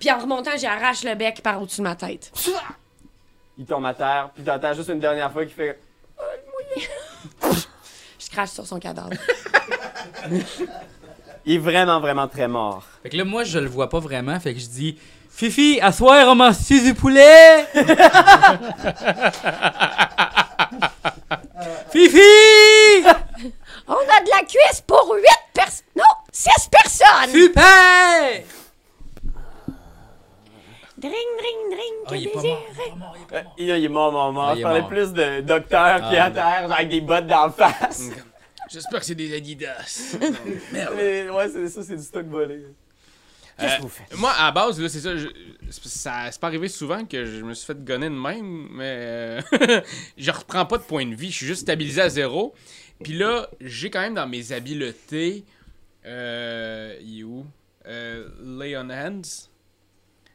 Speaker 3: Puis en remontant, j'arrache le bec par au-dessus de ma tête.
Speaker 1: Il tombe à terre, puis t'entends juste une dernière fois qu'il fait.
Speaker 3: Je crache sur son cadavre.
Speaker 1: Il est vraiment, vraiment très mort.
Speaker 2: Fait que là, moi, je le vois pas vraiment. Fait que je dis Fifi, asseoir, on mange du poulet. Fifi,
Speaker 3: On a de la cuisse pour 8 personnes. Non, 6 personnes!
Speaker 2: super.
Speaker 3: Dring, dring, dring,
Speaker 5: Oh, il est pas mort, il est pas mort, il est pas
Speaker 1: Euh,
Speaker 5: mort.
Speaker 1: il est mort, mort, mort.
Speaker 2: Ah, il
Speaker 1: Je
Speaker 2: est
Speaker 1: parlais
Speaker 2: mort.
Speaker 1: plus de docteur qui est à
Speaker 4: Ah,
Speaker 2: non.
Speaker 1: terre, genre avec des bottes d'en face.
Speaker 4: Mm, J'espère que c'est des Adidas.
Speaker 1: Mais ouais, c'est ça, c'est du stock
Speaker 4: Euh,
Speaker 1: volé. Qu'est-ce que vous faites?
Speaker 4: Moi, à la base, là, c'est ça. je- c'est- ça c'est pas arrivé souvent que je me suis fait gonner de même, mais euh, je reprends pas de point de vie. Je suis juste stabilisé à zéro. Puis là, j'ai quand même dans mes habiletés. Euh. Il est où Euh, Lay on hands.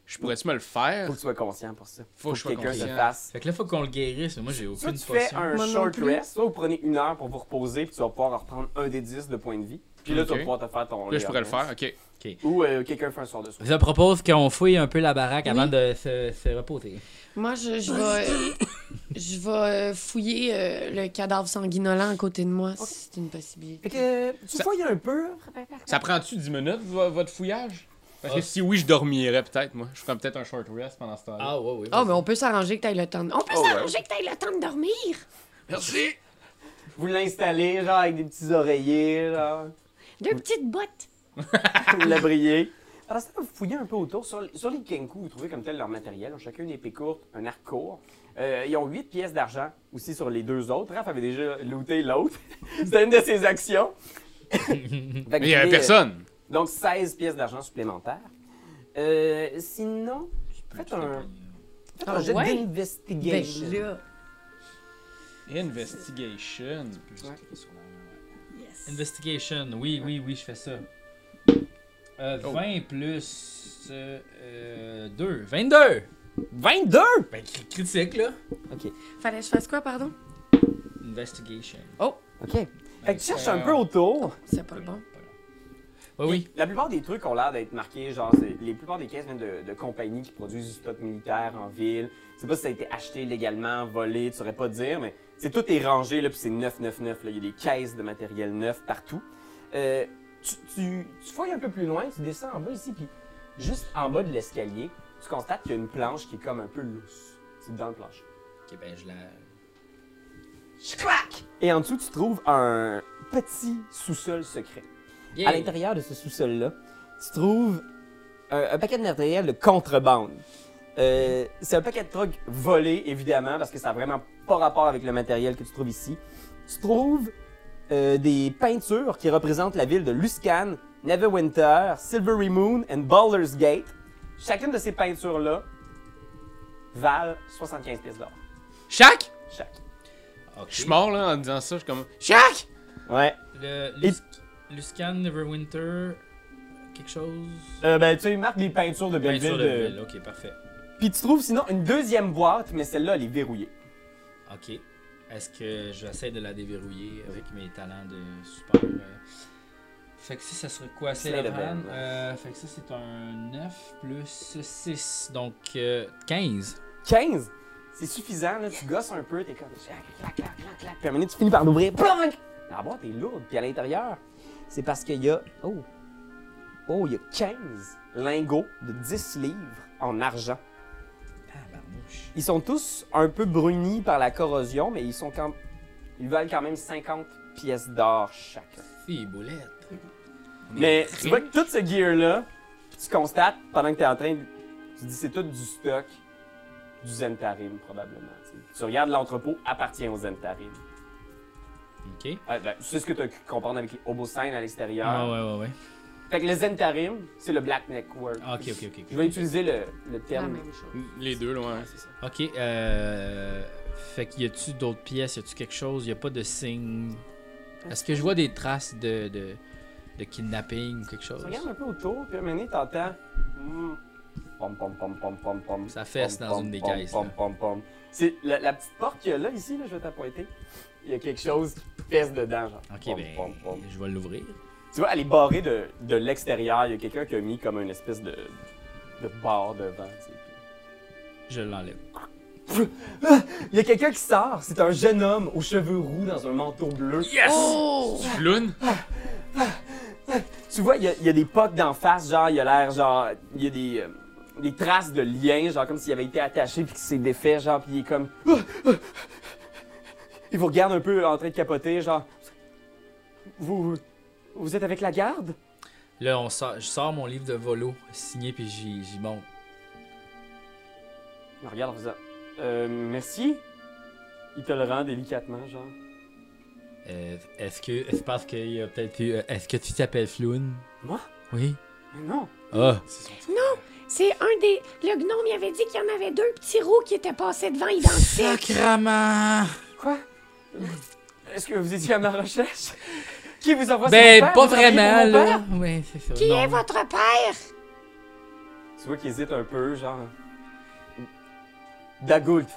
Speaker 4: Je pourrais-tu me le faire
Speaker 1: Faut que tu sois conscient pour ça.
Speaker 4: Faut que je sois
Speaker 1: quelqu'un se
Speaker 4: conscient.
Speaker 1: fasse.
Speaker 2: Fait que là, faut qu'on le guérisse. mais Moi, j'ai
Speaker 1: Soit
Speaker 2: aucune
Speaker 1: tu fais
Speaker 2: potion.
Speaker 1: un
Speaker 3: Moi non
Speaker 1: short
Speaker 3: plus.
Speaker 1: rest, soit vous prenez une heure pour vous reposer, puis tu vas pouvoir reprendre un des 10 de points de vie. Puis là, tu vas
Speaker 4: Ok.
Speaker 1: pouvoir te faire ton.
Speaker 4: Là, je pourrais le
Speaker 1: layout.
Speaker 4: faire, ok.
Speaker 1: Ou euh, quelqu'un fait un sort de soin.
Speaker 2: Je propose qu'on fouille un peu la baraque avant de se, se reposer.
Speaker 3: Moi, je, je vais, euh, je vais euh, fouiller euh, le cadavre sanguinolent à côté de moi, si c'est une possibilité.
Speaker 1: Fait que tu
Speaker 4: Ça-
Speaker 1: fouilles un peu.
Speaker 4: Ça prend-tu 10 minutes, vo- votre fouillage? Parce
Speaker 1: Ah.
Speaker 4: que si oui, je dormirais peut-être, moi. Je ferais peut-être un short rest pendant ce
Speaker 1: Ah.
Speaker 4: temps-là.
Speaker 5: Ah,
Speaker 2: ouais, ouais.
Speaker 3: Oh, mais on peut s'arranger que t'ailles le temps de... On peut
Speaker 1: Oh, ouais.
Speaker 3: s'arranger que t'ailles le temps de dormir!
Speaker 4: Merci!
Speaker 1: Vous l'installez, genre, avec des petits oreillers, genre.
Speaker 3: Deux petites bottes!
Speaker 1: Vous la brillez. Alors, ça, vous fouillez un peu autour. Sur, sur les Kenku, vous trouvez comme tel leur matériel. Ils ont Chacun une épée courte, un arc court. Euh, ils ont huit pièces d'argent aussi sur les deux autres. Raph avait déjà looté l'autre. C'était une de ses actions. Fait que
Speaker 4: Mais il y avait
Speaker 1: vous
Speaker 4: personne!
Speaker 1: avez, euh, Donc, 16 pièces d'argent supplémentaires. Euh, sinon, faites un, faites un
Speaker 3: Ah
Speaker 1: jet
Speaker 3: ouais? Ben
Speaker 1: d'investigation.
Speaker 3: là,
Speaker 4: Investigation.
Speaker 2: Investigation, oui, oui, oui, je fais ça.
Speaker 5: Euh,
Speaker 4: Oh.
Speaker 5: 20 plus euh, euh, 2.
Speaker 2: 22!
Speaker 1: 22!
Speaker 2: Ben, cri- critique, là.
Speaker 3: fallait que je fasse quoi, pardon?
Speaker 5: Investigation.
Speaker 1: OK. Fait que tu cherches un
Speaker 4: euh,
Speaker 1: peu autour.
Speaker 3: C'est pas le bon.
Speaker 2: Oui, Ah oui.
Speaker 1: La plupart des trucs ont l'air d'être marqués, genre, c'est- les plupart des caisses viennent de, de compagnies qui produisent du stock militaire en ville. Je sais pas si ça a été acheté légalement, volé, tu saurais pas dire, mais c'est tout est rangé, là, puis c'est 999, là. Il y a des caisses de matériel neuf partout. Euh, tu, tu, tu fouilles un peu plus loin, tu descends en bas ici, puis juste en bas de l'escalier, tu constates qu'il y a une planche qui est comme un peu lousse. C'est dans le plancher.
Speaker 5: Ok, ben je la.
Speaker 1: Et en dessous, tu trouves un petit sous-sol secret.
Speaker 5: Yeah.
Speaker 1: À l'intérieur de ce sous-sol-là, tu trouves un, un paquet de matériel de contrebande. Euh, c'est un paquet de trucs volés, évidemment, parce que ça n'a vraiment pas rapport avec le matériel que tu trouves ici. Tu trouves euh, des peintures qui représentent la ville de Luscan, Neverwinter, Silvery Moon and Baldur's Gate. Chacune de ces peintures-là valent 75 pièces d'or.
Speaker 4: Chaque!
Speaker 1: Chaque.
Speaker 4: Je suis mort là en disant ça, je suis comme.
Speaker 3: Chaque!
Speaker 1: Ouais.
Speaker 2: Le
Speaker 1: Et-
Speaker 2: Lus- Luscan Neverwinter, quelque chose.
Speaker 1: Euh, ben, tu sais, marque les peintures de
Speaker 2: Ben,
Speaker 1: Belleville.
Speaker 2: sur
Speaker 1: de-
Speaker 2: le Belleville, ok, parfait.
Speaker 1: Puis tu trouves sinon une deuxième boîte, mais celle-là, elle est verrouillée.
Speaker 2: Ok. Est-ce que j'essaie de la déverrouiller avec mes talents de super. euh, Fait que ça, ça serait quoi C'est
Speaker 1: Slay
Speaker 2: la
Speaker 1: the
Speaker 2: vanne.
Speaker 1: band.
Speaker 2: Euh, Fait que ça, c'est un 9 plus 6. Donc euh, 15.
Speaker 1: 15! C'est suffisant, là, tu gosses un peu, t'es comme clac, clac, clac, clac, clac. Puis à un moment donné, tu finis par l'ouvrir, plonk! La boîte est lourde, puis à l'intérieur, c'est parce qu'il y a. Oh! Oh, il y a 15 lingots de 10 livres en argent.
Speaker 2: Ah, barnouche.
Speaker 1: Ils sont tous un peu brunis par la corrosion, mais ils sont quand. Ils valent quand même 50 pièces d'or chacun.
Speaker 2: Fiboulette.
Speaker 1: Mais tu vois que tout ce gear-là, tu constates pendant que tu es en train de. Tu dis c'est tout du stock du Zentarim, probablement. tu sais. Tu regardes l'entrepôt appartient au Zentarim.
Speaker 2: Ok.
Speaker 1: Ah, ben, c'est ce que tu as pu comprendre avec les Hobosign à l'extérieur.
Speaker 2: Ah, ouais, ouais, ouais.
Speaker 1: Fait que le Zentarim, c'est le Black Neck World.
Speaker 2: Ah, ok, ok, ok, ok.
Speaker 1: Je vais utiliser le, le
Speaker 3: La
Speaker 1: terme.
Speaker 3: même chose.
Speaker 4: Les deux, là, ouais, c'est ça.
Speaker 2: Ok, euh. Fait qu'il y a-tu d'autres pièces, y a-tu quelque chose, y a pas de signe. Est-ce que je vois des traces de, de, de kidnapping ou quelque chose
Speaker 1: Tu regardes un peu autour, puis à un moment donné, t'entends. Hmm. Pom, pom, pom, pom, pom, pom.
Speaker 2: Ça fesse
Speaker 1: Pom,
Speaker 2: dans
Speaker 1: pom,
Speaker 2: une des
Speaker 1: pom,
Speaker 2: caisses,
Speaker 1: pom,
Speaker 2: là.
Speaker 1: pom, pom. C'est la, la petite porte qu'il y a là, ici, là, je vais t'appointer. Il y a quelque chose qui pèse dedans, genre.
Speaker 2: Ok,
Speaker 1: Pom,
Speaker 2: ben.
Speaker 1: pom, pom.
Speaker 2: Je vais l'ouvrir.
Speaker 1: Tu vois, elle est barrée de, de l'extérieur. Il y a quelqu'un qui a mis comme une espèce de, de barre devant. tu sais, puis-
Speaker 2: Je l'enlève.
Speaker 1: Il y a quelqu'un qui sort. C'est un jeune homme aux cheveux roux dans un manteau bleu.
Speaker 4: Yes!
Speaker 3: Oh!
Speaker 4: Tu lounes?
Speaker 1: Tu vois, il y a, il y a des potes d'en face, genre, il a l'air, genre, il y a des, euh, des traces de liens, genre, comme s'il avait été attaché puis qu'il s'est défait, genre, puis il est comme. ah. Il vous regarde un peu en train de capoter, genre. Vous. Vous êtes avec la garde?
Speaker 2: Là, on sort, je sors mon livre de volo signé, puis j'y, j'y monte.
Speaker 1: Il me regarde en faisant. Euh, merci. Il te le rend délicatement, genre.
Speaker 2: Euh, est-ce que. Est-ce parce qu'il y a peut-être eu. euh, Est-ce que tu t'appelles Floun
Speaker 1: Moi?
Speaker 2: Oui.
Speaker 1: Mais non!
Speaker 2: Ah
Speaker 3: C'est un des. Le gnome, il avait dit qu'il y en avait deux petits roux qui étaient passés devant identiques.
Speaker 2: Sacrement
Speaker 1: Quoi? Est-ce que vous étiez à ma recherche? Qui vous envoie sur mon
Speaker 2: Ben,
Speaker 1: père?
Speaker 2: pas
Speaker 1: Vous travaillez
Speaker 2: vraiment,
Speaker 1: pour mon
Speaker 2: là.
Speaker 1: père?
Speaker 2: Oui, c'est ça.
Speaker 3: Qui
Speaker 2: Non.
Speaker 3: est votre père?
Speaker 1: Tu vois qu'il hésite un peu, genre. Dagoult.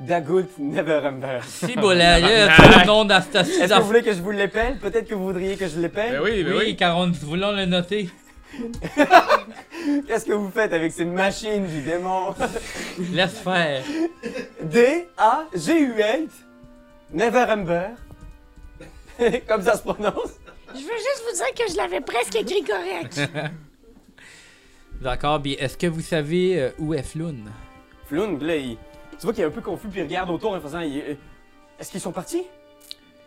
Speaker 1: Dagoult Neverember.
Speaker 2: Fiboulette, là,
Speaker 4: Tabarnak.
Speaker 2: c'est le nom d'Astasie.
Speaker 1: Est-ce que vous voulez que je vous l'appelle? Peut-être que vous voudriez que je
Speaker 4: Ben
Speaker 1: l'appelle.
Speaker 4: oui, ben
Speaker 2: Oui,
Speaker 4: oui.
Speaker 2: car on voulons le noter.
Speaker 1: Qu'est-ce que vous faites avec ces machines du démon?
Speaker 2: Laisse faire.
Speaker 1: D-A-G-U-L Neverember. Comme ça se prononce.
Speaker 3: Je veux juste vous dire que je l'avais presque écrit correct.
Speaker 2: D'accord, bien, est-ce que vous savez euh, où est Floun
Speaker 1: Floun, là, il- tu vois qu'il est un peu confus puis il regarde autour en faisant. il- euh, Est-ce qu'ils sont partis?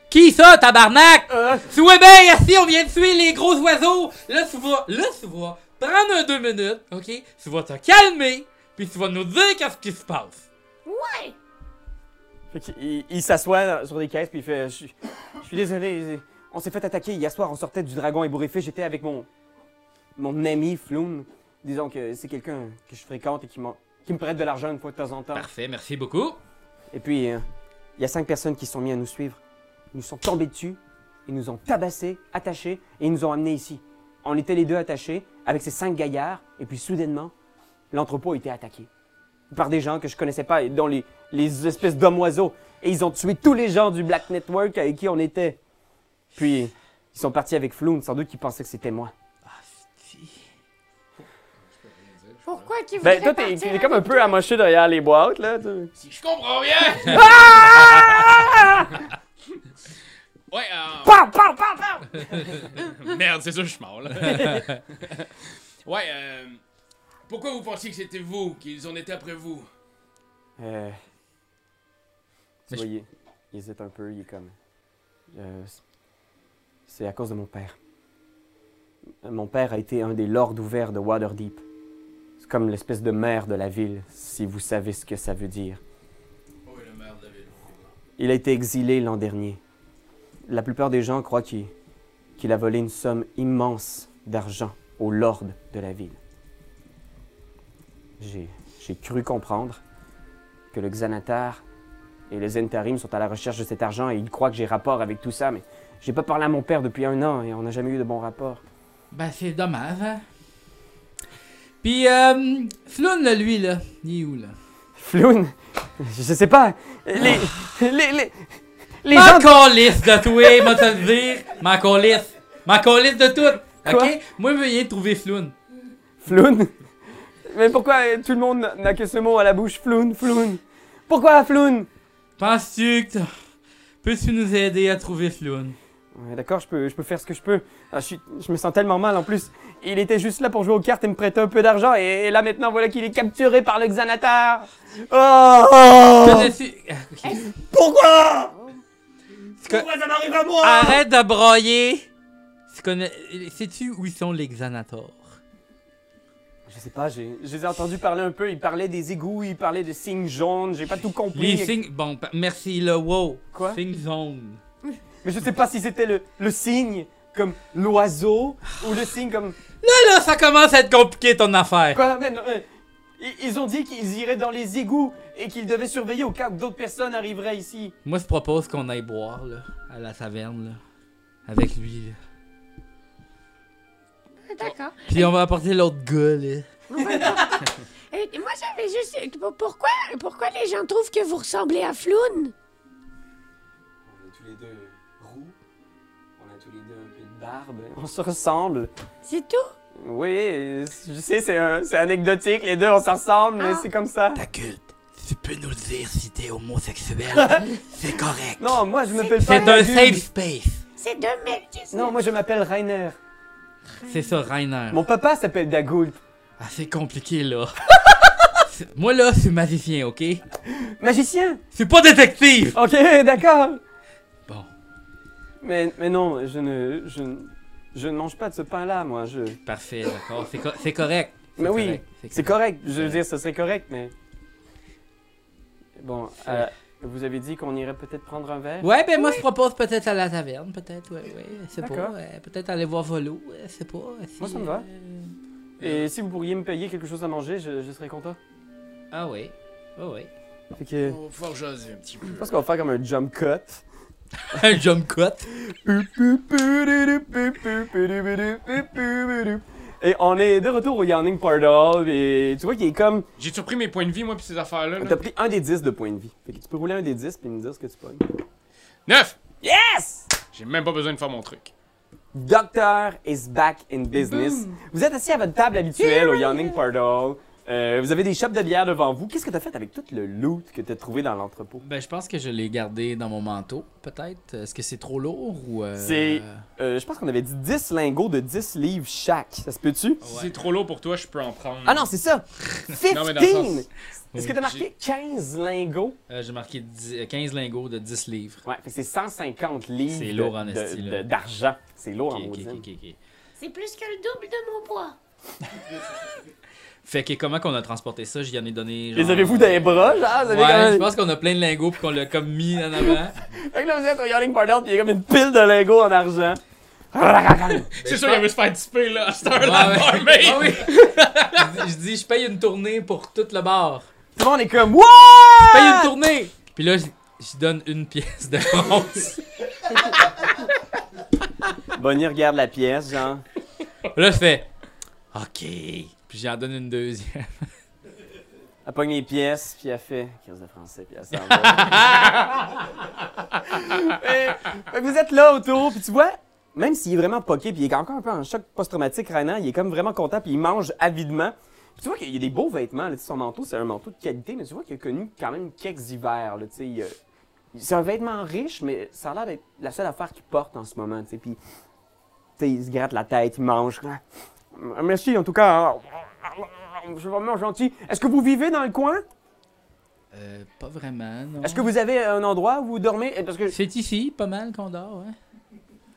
Speaker 2: Qui ça, tabarnak
Speaker 1: Euh,
Speaker 2: Souhait bien, assis, on vient de tuer les gros oiseaux. Là, tu vas, là, tu vas prendre un deux minutes, ok? Tu vas te calmer, puis tu vas nous dire qu'est-ce qui se passe.
Speaker 1: Fait qu'il- il, il s'assoit sur des caisses puis il fait Je suis- je suis désolé, on s'est fait attaquer hier soir, on sortait du dragon ébouriffé, j'étais avec mon mon ami Floun. Disons que c'est quelqu'un que je fréquente et qui, m'en- qui me prête de l'argent une fois de temps en temps.
Speaker 2: Parfait, merci beaucoup.
Speaker 1: Et puis, euh, il y a cinq personnes qui sont mises à nous suivre. Ils nous sont tombés dessus, ils nous ont tabassés, attachés et ils nous ont amenés ici. On était les deux attachés avec ces cinq gaillards et puis soudainement, l'entrepôt a été attaqué par des gens que je connaissais pas, et dont les, les espèces d'hommes-oiseaux. Et ils ont tué tous les gens du Black Network avec qui on était. Puis, ils sont partis avec Floon, sans doute qu'ils pensaient que c'était moi.
Speaker 3: Pourquoi qu'il voudrait
Speaker 1: Ben, toi, t'es
Speaker 3: partir
Speaker 1: t'es comme un
Speaker 3: avec
Speaker 1: peu amoché derrière les boîtes, là. tu-
Speaker 4: Si je comprends bien! ouais, euh,
Speaker 1: Pow, pow, pow, pow!
Speaker 4: Merde, c'est sûr, je suis mort, là. ouais, euh. Pourquoi vous pensiez que c'était vous, qu'ils en étaient après vous?
Speaker 1: Euh... Tu
Speaker 2: Mais
Speaker 1: vois, il, il hésite un peu, il est comme... Euh, c'est- c'est à cause de mon père. Euh, Mon père a été un des lords ouverts de Waterdeep. C'est comme l'espèce de maire de la ville, si vous savez ce que ça veut dire.
Speaker 4: Oh, Oui, le maire de la ville.
Speaker 1: Il a été exilé l'an dernier. la plupart des gens croient qu'il qu'il a volé une somme immense d'argent au lord de la ville. J'ai j'ai cru comprendre que le Xanatar et le Zentarim sont à la recherche de cet argent et ils croient que j'ai rapport avec tout ça, mais j'ai pas parlé à mon père depuis un an et on n'a jamais eu de bon rapport.
Speaker 2: Ben, c'est dommage, hein. Puis, euh, Floun, là, lui, là, il est où, là?
Speaker 1: Floun, je sais pas, les, les, les, les gens
Speaker 2: Ma colisse de toi, moi, te le dire. Ma colisse. Ma colisse de tout.
Speaker 1: Quoi?
Speaker 2: OK? Moi, veuillez trouver Floun.
Speaker 1: Floun? Mais pourquoi euh, tout le monde n'a- n'a que ce mot à la bouche? Floun, floun. Pourquoi floun?
Speaker 2: Penses-tu que... t'as- Peux-tu nous aider à trouver Floun?
Speaker 1: Ouais, D'accord, je peux, je peux faire ce que je peux. Ah, je, suis- je me sens tellement mal en plus. Il était juste là pour jouer aux cartes et me prêter un peu d'argent et, et là maintenant voilà qu'il est capturé par le Xanatar. Oh!
Speaker 2: Connais-tu... Ah,
Speaker 1: Pourquoi?
Speaker 2: que-
Speaker 1: Pourquoi ça m'arrive à moi?
Speaker 2: Arrête de broyer! Tu connais... Sais-tu où sont les Xanator?
Speaker 1: Je sais pas, j'ai- je les ai entendus parler un peu. Ils parlaient des égouts, ils parlaient de signes jaunes, j'ai pas tout compris.
Speaker 2: Les signes... Bon, pa- merci, là, wow.
Speaker 1: Quoi?
Speaker 2: Signes zone.
Speaker 1: Mais je sais pas si c'était le, le signe comme l'oiseau ou le signe comme
Speaker 2: Là, là, ça commence à être compliqué, ton affaire.
Speaker 1: Quoi? Mais non, euh, ils- ils ont dit qu'ils iraient dans les égouts et qu'ils devaient surveiller au cas où d'autres personnes arriveraient ici.
Speaker 2: Moi, je propose qu'on aille boire, là, à la taverne, là. Avec lui, là.
Speaker 3: D'accord.
Speaker 2: Puis on va apporter l'autre gars, là.
Speaker 3: Euh, moi, j'avais juste. Pourquoi, pourquoi les gens trouvent que vous ressemblez à Floun?
Speaker 1: On est tous les deux roux. On a tous les deux un peu de barbe. On se ressemble.
Speaker 3: C'est tout?
Speaker 1: Oui, euh, je sais, c'est un- c'est anecdotique. Les deux, on se ressemble, mais
Speaker 3: Ah.
Speaker 1: c'est comme ça.
Speaker 2: Ta culte, tu peux nous dire si t'es homosexuel. c'est correct.
Speaker 1: Non, moi, je m'appelle pas.
Speaker 2: C'est un
Speaker 1: Nagus.
Speaker 2: safe space.
Speaker 3: C'est deux mecs qui se-
Speaker 1: Non, moi, je m'appelle Rainer.
Speaker 2: C'est ça, Rainer.
Speaker 1: Mon papa s'appelle Dagoult.
Speaker 2: Ah, c'est compliqué, là. C'est- Moi, là, je suis magicien, OK? Je
Speaker 1: Magicien!
Speaker 2: suis pas détective!
Speaker 1: Ok, d'accord!
Speaker 2: Bon,
Speaker 1: Mais, mais non, je ne. Je, ne- je ne mange pas de ce pain-là, moi. Je.
Speaker 2: parfait, d'accord. C'est co- c'est correct.
Speaker 1: Mais
Speaker 2: C'est
Speaker 1: oui,
Speaker 2: correct,
Speaker 1: C'est correct, je veux dire, ce serait correct, mais. Bon, euh, vous avez dit qu'on irait peut-être prendre un verre?
Speaker 2: Ouais, ben moi je propose peut-être à la taverne, peut-être, ouais, ouais, c'est pas,
Speaker 1: D'accord.
Speaker 2: euh, peut-être aller voir Volo, euh, c'est pas. euh, si,
Speaker 1: Moi, ça me va.
Speaker 2: euh,
Speaker 1: Et si vous pourriez me payer quelque chose à manger, je, je serais content.
Speaker 2: Ah ouais, ah ouais.
Speaker 1: Fait que.
Speaker 4: On va pouvoir jaser un petit peu.
Speaker 1: Je pense qu'on va faire comme un jump cut.
Speaker 2: Un jump cut.
Speaker 1: Et on est de retour au Yawning Portal, et tu vois qu'il est comme.
Speaker 4: J'ai surpris mes points de vie, moi, pis ces affaires-là.
Speaker 1: T'as
Speaker 4: Là.
Speaker 1: pris un des 10 de points de vie. Fait que tu peux rouler un des 10 puis me dire ce que tu pognes.
Speaker 4: 9!
Speaker 1: Yes!
Speaker 4: J'ai même pas besoin de faire mon truc.
Speaker 1: Doctor is back in business. Vous êtes assis à votre table habituelle au Yawning Portal. Euh, vous avez des chopes de bière devant vous. Qu'est-ce que t'as fait avec tout le loot que t'as trouvé dans l'entrepôt?
Speaker 2: Ben je pense que je l'ai gardé dans mon manteau, peut-être. Est-ce que c'est trop lourd ou. euh,
Speaker 1: C'est- Euh, je pense qu'on avait dit 10 lingots de 10 livres chaque. Ça se peut-tu?
Speaker 4: Si c'est trop lourd pour toi, je peux en prendre.
Speaker 1: Ah non, c'est ça! 15!
Speaker 4: Non, mais dans le sens-
Speaker 1: Est-ce que t'as marqué 15 lingots?
Speaker 2: Euh, J'ai marqué 10 euh, 15 lingots de 10 livres.
Speaker 1: Ouais, fait que c'est 150 livres
Speaker 2: C'est lourd en
Speaker 1: de-
Speaker 2: esti,
Speaker 1: de-
Speaker 2: là.
Speaker 1: d'argent. C'est lourd
Speaker 2: Ok,
Speaker 1: en
Speaker 2: ok,
Speaker 1: maudine.
Speaker 2: ok, ok.
Speaker 6: C'est plus que le double de mon poids.
Speaker 2: Fait que comment qu'on a transporté ça? J'y en ai donné. Genre...
Speaker 1: Les avez-vous dans les bras, genre? Vous avez
Speaker 2: Ouais,
Speaker 1: comme-
Speaker 2: je pense qu'on a plein de lingots puis qu'on l'a comme mis en avant.
Speaker 1: Fait que là, vous êtes au Yawning Portal, puis il y a comme une pile de lingots en argent.
Speaker 4: C'est sûr, il veut se faire disper, là, à cette heure-là,
Speaker 2: Ben, Ouais, ouais.
Speaker 4: barmaid.
Speaker 2: Ah oui. je, dis- je dis, je paye une tournée pour tout le bar.
Speaker 1: Tout le monde est comme « Wow!
Speaker 2: Je paye une tournée! Puis là, je, je donne une pièce de bronze. »
Speaker 1: Bonnie regarde la pièce, genre.
Speaker 2: là, je fais OK. Puis j'en donne une deuxième.
Speaker 1: Elle pogne les pièces, puis elle fait « Crise de français », puis elle s'en va. Et- fait que vous êtes là autour, puis tu vois, même s'il est vraiment poqué, puis il est encore un peu en choc post-traumatique, Rainer, il est comme vraiment content, puis il mange avidement. Puis tu vois qu'il y a des beaux vêtements, là, tu sais, son manteau, c'est un manteau de qualité, mais tu vois qu'il a connu quand même quelques hivers, là, tu sais. il a- C'est un vêtement riche, mais ça a l'air d'être la seule affaire qu'il porte en ce moment, tu sais. Puis, tu sais, il se gratte la tête, il mange. Ah, Merci, en tout cas. Oh, Je suis vraiment gentil. Est-ce que vous vivez dans le coin?
Speaker 2: Euh, pas vraiment, non.
Speaker 1: Est-ce que vous avez euh, un endroit où vous dormez? Euh, Parce que,
Speaker 2: C'est ici, pas mal qu'on dort, hein?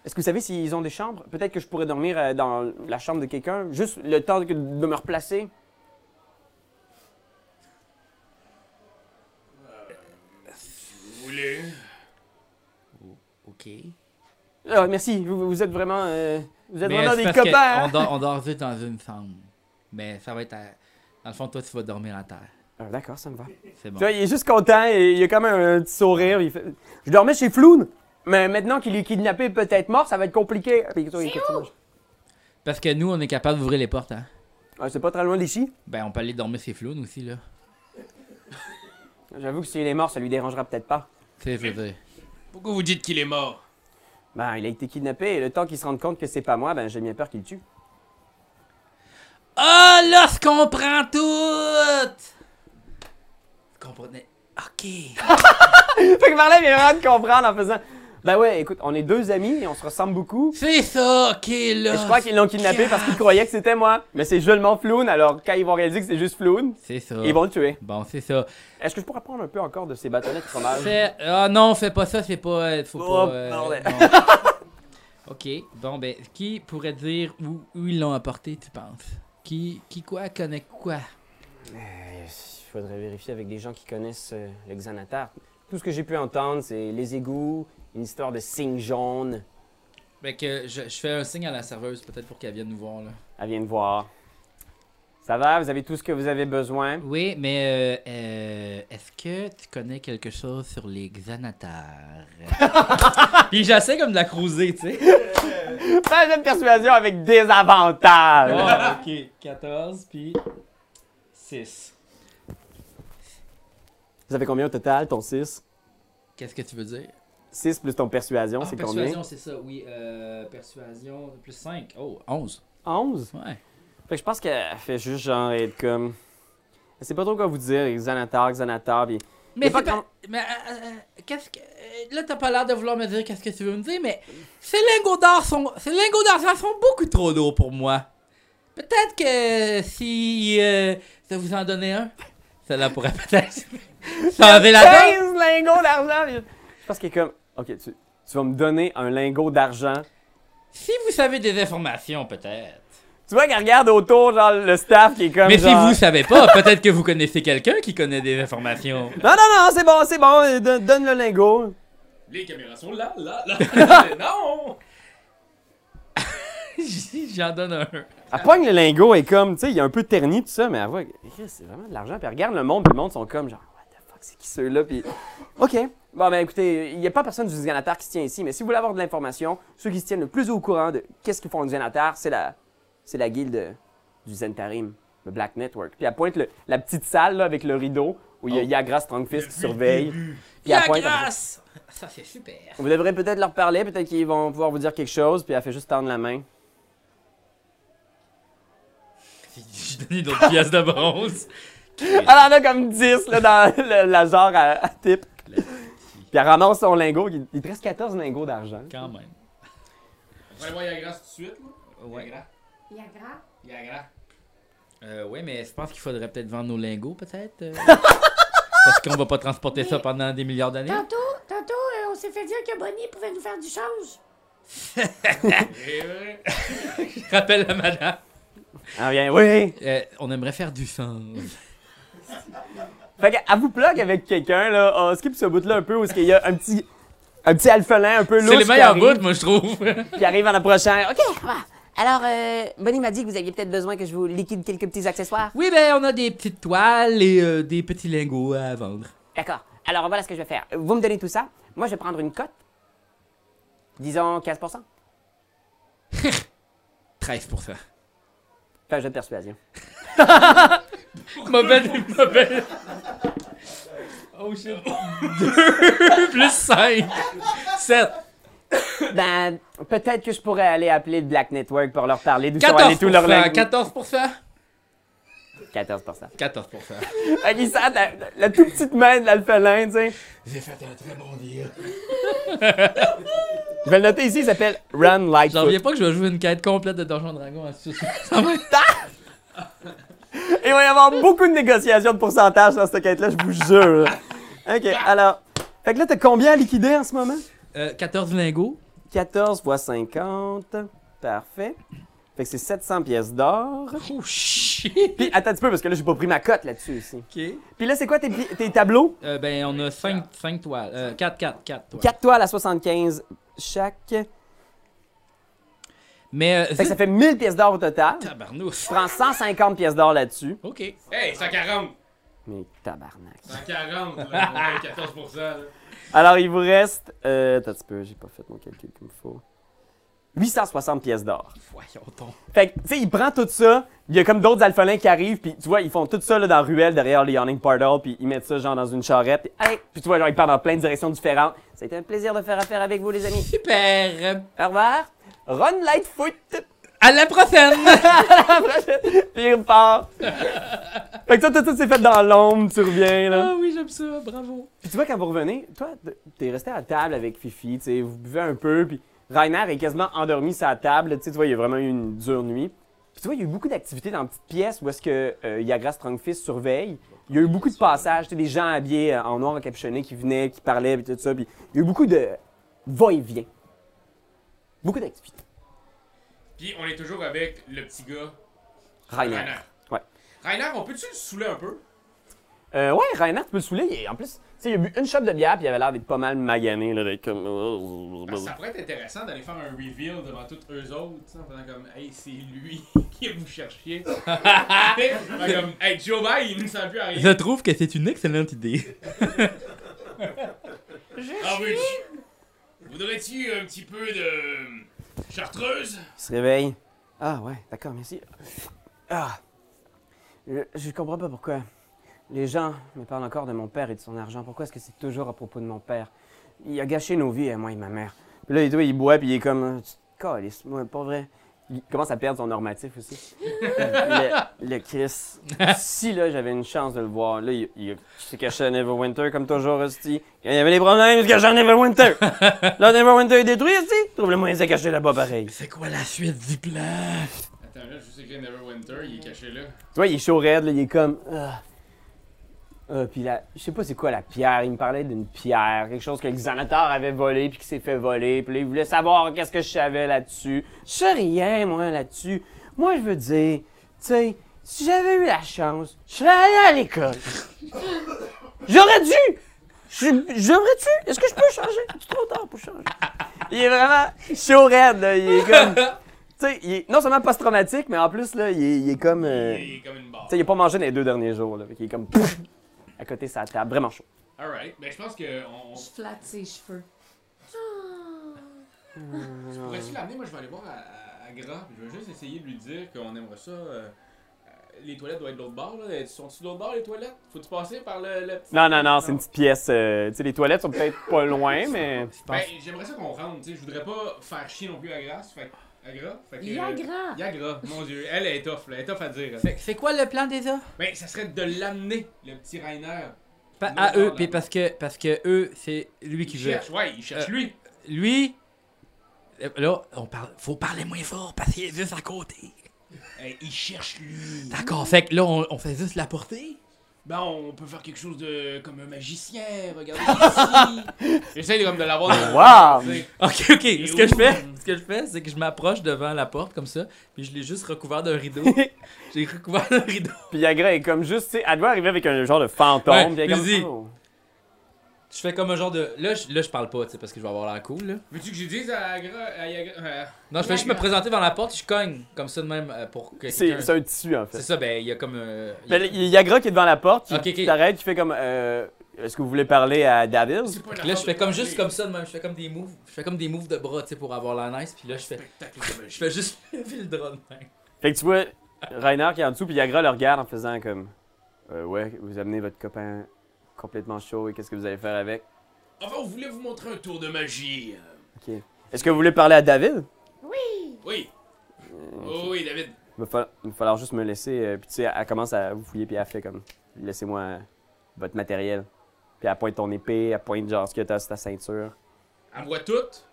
Speaker 1: est-ce que vous savez s'ils ont des chambres? Peut-être que je pourrais dormir euh, dans la chambre de quelqu'un, juste le temps que- de me replacer.
Speaker 4: Vous voulez?
Speaker 2: OK.
Speaker 1: Ah, merci, vous, vous êtes vraiment, euh, vous êtes
Speaker 2: Mais
Speaker 1: vraiment
Speaker 2: c'est
Speaker 1: des
Speaker 2: parce que
Speaker 1: copains. hein?
Speaker 2: On dort, on dort vite dans une chambre. Mais ça va être à... Dans le fond, toi, tu vas dormir à terre.
Speaker 1: Ah, D'accord, ça me va.
Speaker 2: C'est bon.
Speaker 1: Tu vois, il est juste content et il a comme un, un petit sourire. il fait, Je dormais chez Floun, mais maintenant qu'il est kidnappé et peut-être mort, ça va être compliqué. Puis, toi, il continue.
Speaker 2: Parce que nous, on est capable d'ouvrir les portes, hein.
Speaker 1: Ah, C'est pas très loin d'ici.
Speaker 2: Ben, on peut aller dormir chez Floun aussi, là.
Speaker 1: J'avoue que s'il est mort, ça lui dérangera peut-être pas.
Speaker 2: Tu sais, je veux dire.
Speaker 4: Pourquoi vous dites qu'il est mort
Speaker 1: Ben, il a été kidnappé et le temps qu'il se rende compte que c'est pas moi, ben j'ai bien peur qu'il le tue.
Speaker 2: Ah, là, je comprends tout! Vous comprenez? Ok.
Speaker 1: fait que Marlène vient vraiment de comprendre en faisant Ben ouais, écoute, on est deux amis et on se ressemble beaucoup.
Speaker 2: C'est ça, ok, là.
Speaker 1: Et je crois qu'ils l'ont kidnappé parce qu'ils croyaient que c'était moi. Mais c'est seulement Floun, alors quand ils vont réaliser que c'est juste Floun,
Speaker 2: C'est ça.
Speaker 1: ils vont le tuer.
Speaker 2: Bon, c'est ça.
Speaker 1: Est-ce que je pourrais prendre un peu encore de ces bâtonnets de fromage?
Speaker 2: Fais- Ah non, fais pas ça, c'est pas. euh, Faut
Speaker 1: Oh,
Speaker 2: pas. euh,
Speaker 1: bordel.
Speaker 2: non. ok, bon, ben, qui pourrait dire où, où ils l'ont apporté, tu penses? Qui, qui quoi connaît quoi?
Speaker 1: Ben, Il faudrait vérifier avec des gens qui connaissent euh, le Xanatar. Tout ce que j'ai pu entendre, c'est les égouts, une histoire de signe jaune.
Speaker 2: Ben, que je, je fais un signe à la serveuse, peut-être pour qu'elle vienne nous voir, là.
Speaker 1: Elle vient de voir. Ça va, vous avez tout ce que vous avez besoin.
Speaker 2: Oui, mais euh, euh, est-ce que tu connais quelque chose sur les Xanatars? Puis j'essaie comme de la cruiser, tu sais.
Speaker 1: Pas de persuasion avec des avantages.
Speaker 2: Ah, ok, 14, puis 6.
Speaker 1: Vous avez combien au total, ton 6?
Speaker 2: Qu'est-ce que tu veux dire?
Speaker 1: 6 plus ton persuasion,
Speaker 2: Ah,
Speaker 1: c'est
Speaker 2: persuasion,
Speaker 1: combien?
Speaker 2: c'est ça, oui. euh, persuasion, plus 5. Oh, 11.
Speaker 1: 11?
Speaker 2: Ouais.
Speaker 1: Fait que je pense qu'elle fait juste genre être comme... Elle sait pas trop quoi vous dire, Xanatar, Xanatar, pis...
Speaker 2: Mais,
Speaker 1: Mais pas
Speaker 2: c'est pas- mais euh, euh, qu'est-ce que. euh, Là, t'as pas l'air de vouloir me dire qu'est-ce que tu veux me dire, mais ces lingots d'or sont. Ces lingots d'argent sont beaucoup trop lourds pour moi. Peut-être que si. euh, ça vous en donnait un, cela pourrait peut-être. Changer la
Speaker 1: 15
Speaker 2: donne.
Speaker 1: lingots d'argent! pis- Je pense qu'elle est comme... Ok, tu, tu vas me donner un lingot d'argent
Speaker 2: Si vous savez des informations, peut-être.
Speaker 1: Tu vois qu'elle regarde autour, genre le staff qui est comme.
Speaker 2: Mais si
Speaker 1: genre,
Speaker 2: vous savez pas, peut-être que vous connaissez quelqu'un qui connaît des informations.
Speaker 1: Non, non, non, c'est bon, c'est bon, euh, don- donne le lingot.
Speaker 4: Les caméras sont là, là, là. non
Speaker 2: J'en donne un.
Speaker 1: Elle pogne le lingot et comme, tu sais, il est un peu terni, tout ça, mais elle voit, que, Chris, c'est vraiment de l'argent. Puis elle regarde le monde, puis le monde sont comme, genre, what the fuck, c'est qui ceux-là? Puis, OK. Bon, ben écoutez, il n'y a pas personne du Xanatar qui se tient ici, mais si vous voulez avoir de l'information, ceux qui se tiennent le plus au courant de qu'est-ce qu'ils font en Xanatar, c'est la, c'est la guilde euh, du Zentarim, le Black Network. Puis elle pointe le- la petite salle, là, avec le rideau, où il Oh. y a Yagra Strongfist qui surveille. Puis elle pointe, elle fait-
Speaker 2: grâce! Ça, c'est super.
Speaker 1: Vous devrez peut-être leur parler, peut-être qu'ils vont pouvoir vous dire quelque chose, puis elle fait juste tendre la main.
Speaker 2: J'ai donné d'autres pièces de bronze.
Speaker 1: Elle en a comme 10 là, dans le- la genre à, à type. Puis elle ramasse son lingot, il, il te reste 14 lingots d'argent.
Speaker 2: Quand même.
Speaker 4: On va aller voir Yagra tout de suite, là.
Speaker 2: Ouais.
Speaker 4: Yagra.
Speaker 6: Yagra.
Speaker 4: Yagra.
Speaker 2: Euh, ouais, mais je pense qu'il faudrait peut-être vendre nos lingots, peut-être. euh, Parce qu'on va pas transporter ça pendant des milliards d'années.
Speaker 6: Tantôt, tantôt, euh, on s'est fait dire que Bonnie pouvait nous faire du change.
Speaker 4: Eh ouais.
Speaker 2: Je rappelle à madame.
Speaker 1: Elle vient, oui!
Speaker 2: Euh, on aimerait faire du sang.
Speaker 1: Fait qu'elle vous plug avec quelqu'un, là, on skip ce bout-là un peu, où est-ce qu'il y a un petit, un petit alphelin un peu louche
Speaker 2: C'est les
Speaker 1: qui
Speaker 2: meilleurs
Speaker 1: arrive,
Speaker 2: bouts, moi, je trouve.
Speaker 1: Qui arrive en approchant. OK!
Speaker 8: ah. Alors, euh, Bonnie m'a dit que vous aviez peut-être besoin que je vous liquide quelques petits accessoires.
Speaker 2: oui, ben, on a des petites toiles et euh, des petits lingots à vendre.
Speaker 8: D'accord. Alors, voilà ce que je vais faire. Vous me donnez tout ça. Moi, je vais prendre une cote.
Speaker 1: Disons 15 Fais
Speaker 2: 13 pour ça.
Speaker 1: un jeu de persuasion.
Speaker 2: Mauvaise, mauvaise. Oh shit. 2 plus 5. 7.
Speaker 1: Ben, peut-être que je pourrais aller appeler le Black Network pour leur parler d'où sont
Speaker 2: 14
Speaker 1: allés tous leurs lingots.
Speaker 2: 14 pour ça.
Speaker 1: 14
Speaker 2: 14 pour ça.
Speaker 1: Fait qu'il sent la, la toute petite main de l'alphelin, tu sais.
Speaker 4: J'ai fait un très bon deal.
Speaker 1: Je vais le noter ici, il s'appelle Run
Speaker 2: J'en
Speaker 1: Lightfoot.
Speaker 2: reviens pas que je vais jouer une quête complète de Donjon Dragon en sous-
Speaker 1: Et il va y avoir beaucoup de négociations de pourcentage dans cette quête-là, je vous jure. OK, alors. Fait que là, t'as combien à liquider en ce moment?
Speaker 2: Euh, 14 lingots.
Speaker 1: 14 fois 50. Parfait. Fait que c'est 700 pièces d'or.
Speaker 2: Oh shit!
Speaker 1: Puis attends un petit peu, parce que là, j'ai pas pris ma cote là-dessus aussi.
Speaker 2: Ok.
Speaker 1: Puis là, c'est quoi tes, pi- tes tableaux?
Speaker 2: Euh, ben, on a 5, toiles. 4, 4, 4 toiles.
Speaker 1: 4 toiles à 75 chaque.
Speaker 2: Mais. euh,
Speaker 1: Fait que ça fait 1000 pièces d'or au total. Tu
Speaker 2: Tabarnouche.
Speaker 1: prends 150 pièces d'or là-dessus.
Speaker 2: Ok.
Speaker 4: Eh, Hey, 140!
Speaker 1: Mais tabarnak.
Speaker 4: 140, là, on est à 14%. là.
Speaker 1: Alors, il vous reste. Euh, attends un petit peu, j'ai pas fait mon calcul comme il faut. 860 pièces d'or.
Speaker 2: Voyons donc.
Speaker 1: Fait que, tu sais, il prend tout ça. Il y a comme d'autres alphelins qui arrivent, puis tu vois, ils font tout ça là, dans la ruelle derrière le Yawning Portal, puis ils mettent ça genre dans une charrette. Puis, hey! Puis tu vois, genre, ils partent dans plein de directions différentes. Ça a été un plaisir de faire affaire avec vous, les amis.
Speaker 2: Super.
Speaker 1: Au revoir. Run Lightfoot!
Speaker 2: À la prochaine.
Speaker 1: Puis il repart. fait que toi, tout ça, c'est fait dans l'ombre, tu reviens, là.
Speaker 2: Ah oui, j'aime ça, bravo.
Speaker 1: Puis tu vois, quand vous revenez, toi, t- t'es resté à table avec Fifi, tu sais, vous buvez un peu, puis Rainer est quasiment endormi sur la table, tu sais, tu vois, il a vraiment eu une dure nuit. Puis tu vois, il y a eu beaucoup d'activités dans la petite pièce où est-ce que euh, Yagra Strongfist surveille. Il y a eu beaucoup de passages, tu sais, des gens habillés euh, en noir capuchonné qui venaient, qui parlaient, puis tout ça, puis il y a eu beaucoup de va-et-vient. Beaucoup d'activités.
Speaker 4: Puis on est toujours avec le petit gars,
Speaker 1: Rainer.
Speaker 4: Rainer.
Speaker 1: Ouais.
Speaker 4: Rainer, on peut-tu le saouler un peu?
Speaker 1: Euh, ouais, Reinhard, tu peux le saouler. il est- En plus, tu sais, il a bu une chope de bière, puis il avait l'air d'être pas mal magané, là, d'être comme. oh,
Speaker 4: Parce que ça pourrait être intéressant d'aller faire un reveal devant toutes eux autres, tu sais, en faisant comme Hey, c'est lui qui vous cherchiez. Fait comme Hey, Joe Biden, il ne sent plus à
Speaker 2: Je
Speaker 4: rien.
Speaker 2: trouve que c'est une excellente idée.
Speaker 4: Ah oui. Voudrais-tu un petit peu de. chartreuse?
Speaker 1: Il se réveille. Ah ouais, d'accord, merci. Ah. Je, je comprends pas pourquoi les gens me parlent encore de mon père et de son argent. Pourquoi est-ce que c'est toujours à propos de mon père? Il a gâché nos vies, à moi et ma mère. Puis là, il, tu vois, il boit, puis il est comme... Calisse, moi, pas vrai. Il commence à perdre son normatif aussi. Euh, le, le Chris. Si, là, j'avais une chance de le voir, là, il, il s'est caché à Neverwinter, comme toujours, Rusty. Quand il y avait des problèmes, il se cachait à Neverwinter. là, Neverwinter est détruit, Rusty. Trouve le moyen de se cacher là-bas, pareil.
Speaker 2: C'est quoi la suite du plan?
Speaker 4: Attends, là, je juste écrit Neverwinter, il est caché là.
Speaker 1: Tu vois, il est chaud raide, là, il est comme. Ah. Ah, puis là, je sais pas c'est quoi la pierre. Il me parlait d'une pierre, quelque chose que l'examinateur avait volé puis qui s'est fait voler. Puis là, il voulait savoir qu'est-ce que je savais là-dessus. Je sais rien, moi, là-dessus. Moi, je veux dire, tu sais, si j'avais eu la chance, je serais allé à l'école. J'aurais dû! Je- J'aurais dû! Est-ce que je peux changer? C'est trop tard pour changer. Il est vraiment chaud raide, là. Il est comme. Tu sais, il est non seulement post-traumatique, mais en plus, là, il est, il est comme. euh,
Speaker 4: Il est comme une barre.
Speaker 1: tu sais, il a pas mangé dans les deux derniers jours, là. Fait qu'il est comme pff, à côté de sa table, vraiment chaud.
Speaker 4: Alright, ben je pense que. On...
Speaker 1: Ah.
Speaker 3: Je flatte ses cheveux. Ah.
Speaker 4: Pourrais-tu l'amener? Moi, je vais aller voir à, à, à Gras, puis Je vais juste essayer de lui dire qu'on aimerait ça. euh, euh, les toilettes doivent être de l'autre bord, là. Sont-tu de l'autre bord, les toilettes? Faut-tu passer par le, le petit.
Speaker 1: Non, non, non, c'est une petite pièce. euh, tu sais, les toilettes sont peut-être pas loin, mais.
Speaker 4: Ben, j'aimerais ça qu'on rentre, tu sais. Je voudrais pas faire chier non plus à Gras. Fait que- à Gras, fait que.
Speaker 3: Yagra!
Speaker 4: euh, Yagra, mon dieu. Elle est tough, là. Elle est tough à dire.
Speaker 2: C'est- C'est quoi le plan déjà?
Speaker 4: Ben, ça serait de l'amener, le petit Rainer.
Speaker 2: Pa-
Speaker 4: Non,
Speaker 2: à
Speaker 4: non,
Speaker 2: eux,
Speaker 4: non.
Speaker 2: puis parce que, parce que eux, c'est lui qui
Speaker 4: il
Speaker 2: veut.
Speaker 4: cherche, ouais, il cherche
Speaker 2: Euh,
Speaker 4: lui.
Speaker 2: Lui, euh, là, on parle, faut parler moins fort parce qu'il est juste à côté.
Speaker 4: Hey, Eh, il cherche lui.
Speaker 2: D'accord, fait que là, on, on fait juste la portée.
Speaker 4: Ben, on peut faire quelque chose de. comme un magicien, regardez ici. J'essaie de, comme de l'avoir dans
Speaker 1: Wow!
Speaker 4: Tu sais.
Speaker 2: Ok, ok. Ce que je
Speaker 4: où?
Speaker 2: fais, ce que je fais, c'est que je m'approche devant la porte comme ça, puis je l'ai juste recouvert d'un rideau. J'ai recouvert d'un rideau.
Speaker 1: Puis Yagra est comme juste, tu sais, elle doit arriver avec un genre de fantôme.
Speaker 2: Ouais,
Speaker 1: puis elle est
Speaker 2: je
Speaker 1: comme,
Speaker 2: dis.
Speaker 1: oh.
Speaker 2: Je fais comme un genre de, là, je, là, je parle pas, tu sais, parce que je vais avoir l'air cool. Là.
Speaker 4: Veux-tu que je dise à Gras. à Yagra- euh,
Speaker 2: Non, je fais juste me présenter devant la porte, je cogne comme ça de même euh, pour que.
Speaker 1: C'est
Speaker 2: quelqu'un-
Speaker 1: c'est un tissu, en
Speaker 2: C'est
Speaker 1: fait.
Speaker 2: ça, ben il y a comme. euh, il y a-
Speaker 1: Ben, il y a Yagra qui est devant la porte, qui
Speaker 2: Ok, ok.
Speaker 1: qui t'arrête, qui fait comme, euh, est-ce que vous voulez parler à David?
Speaker 4: c'est pas une
Speaker 2: Là,
Speaker 4: affaire
Speaker 2: je fais
Speaker 4: de
Speaker 2: comme
Speaker 4: parler.
Speaker 2: juste comme ça de même. Je fais comme des moves. Je fais comme des moves de bras, tu sais, pour avoir la nice. Puis là, je fais,
Speaker 4: Spectacle de magie.
Speaker 2: je fais juste lever le drap de même.
Speaker 1: Fait que tu vois, Rainer qui est en dessous, puis Yagra le regarde en faisant comme, Euh, ouais, vous amenez votre copain complètement chaud et qu'est-ce que vous allez faire avec?
Speaker 4: Enfin, on voulait vous montrer un tour de magie. euh,
Speaker 1: Ok. Est-ce que vous voulez parler à David?
Speaker 4: Oui. Oh oui, David.
Speaker 1: Il va, fa- il va falloir juste me laisser. euh, puis tu sais, elle elle commence à vous fouiller, puis elle fait comme Laissez-moi euh, votre matériel. Puis elle pointe ton épée, elle pointe genre ce que t'as sur ta ceinture.
Speaker 4: À moi toutes.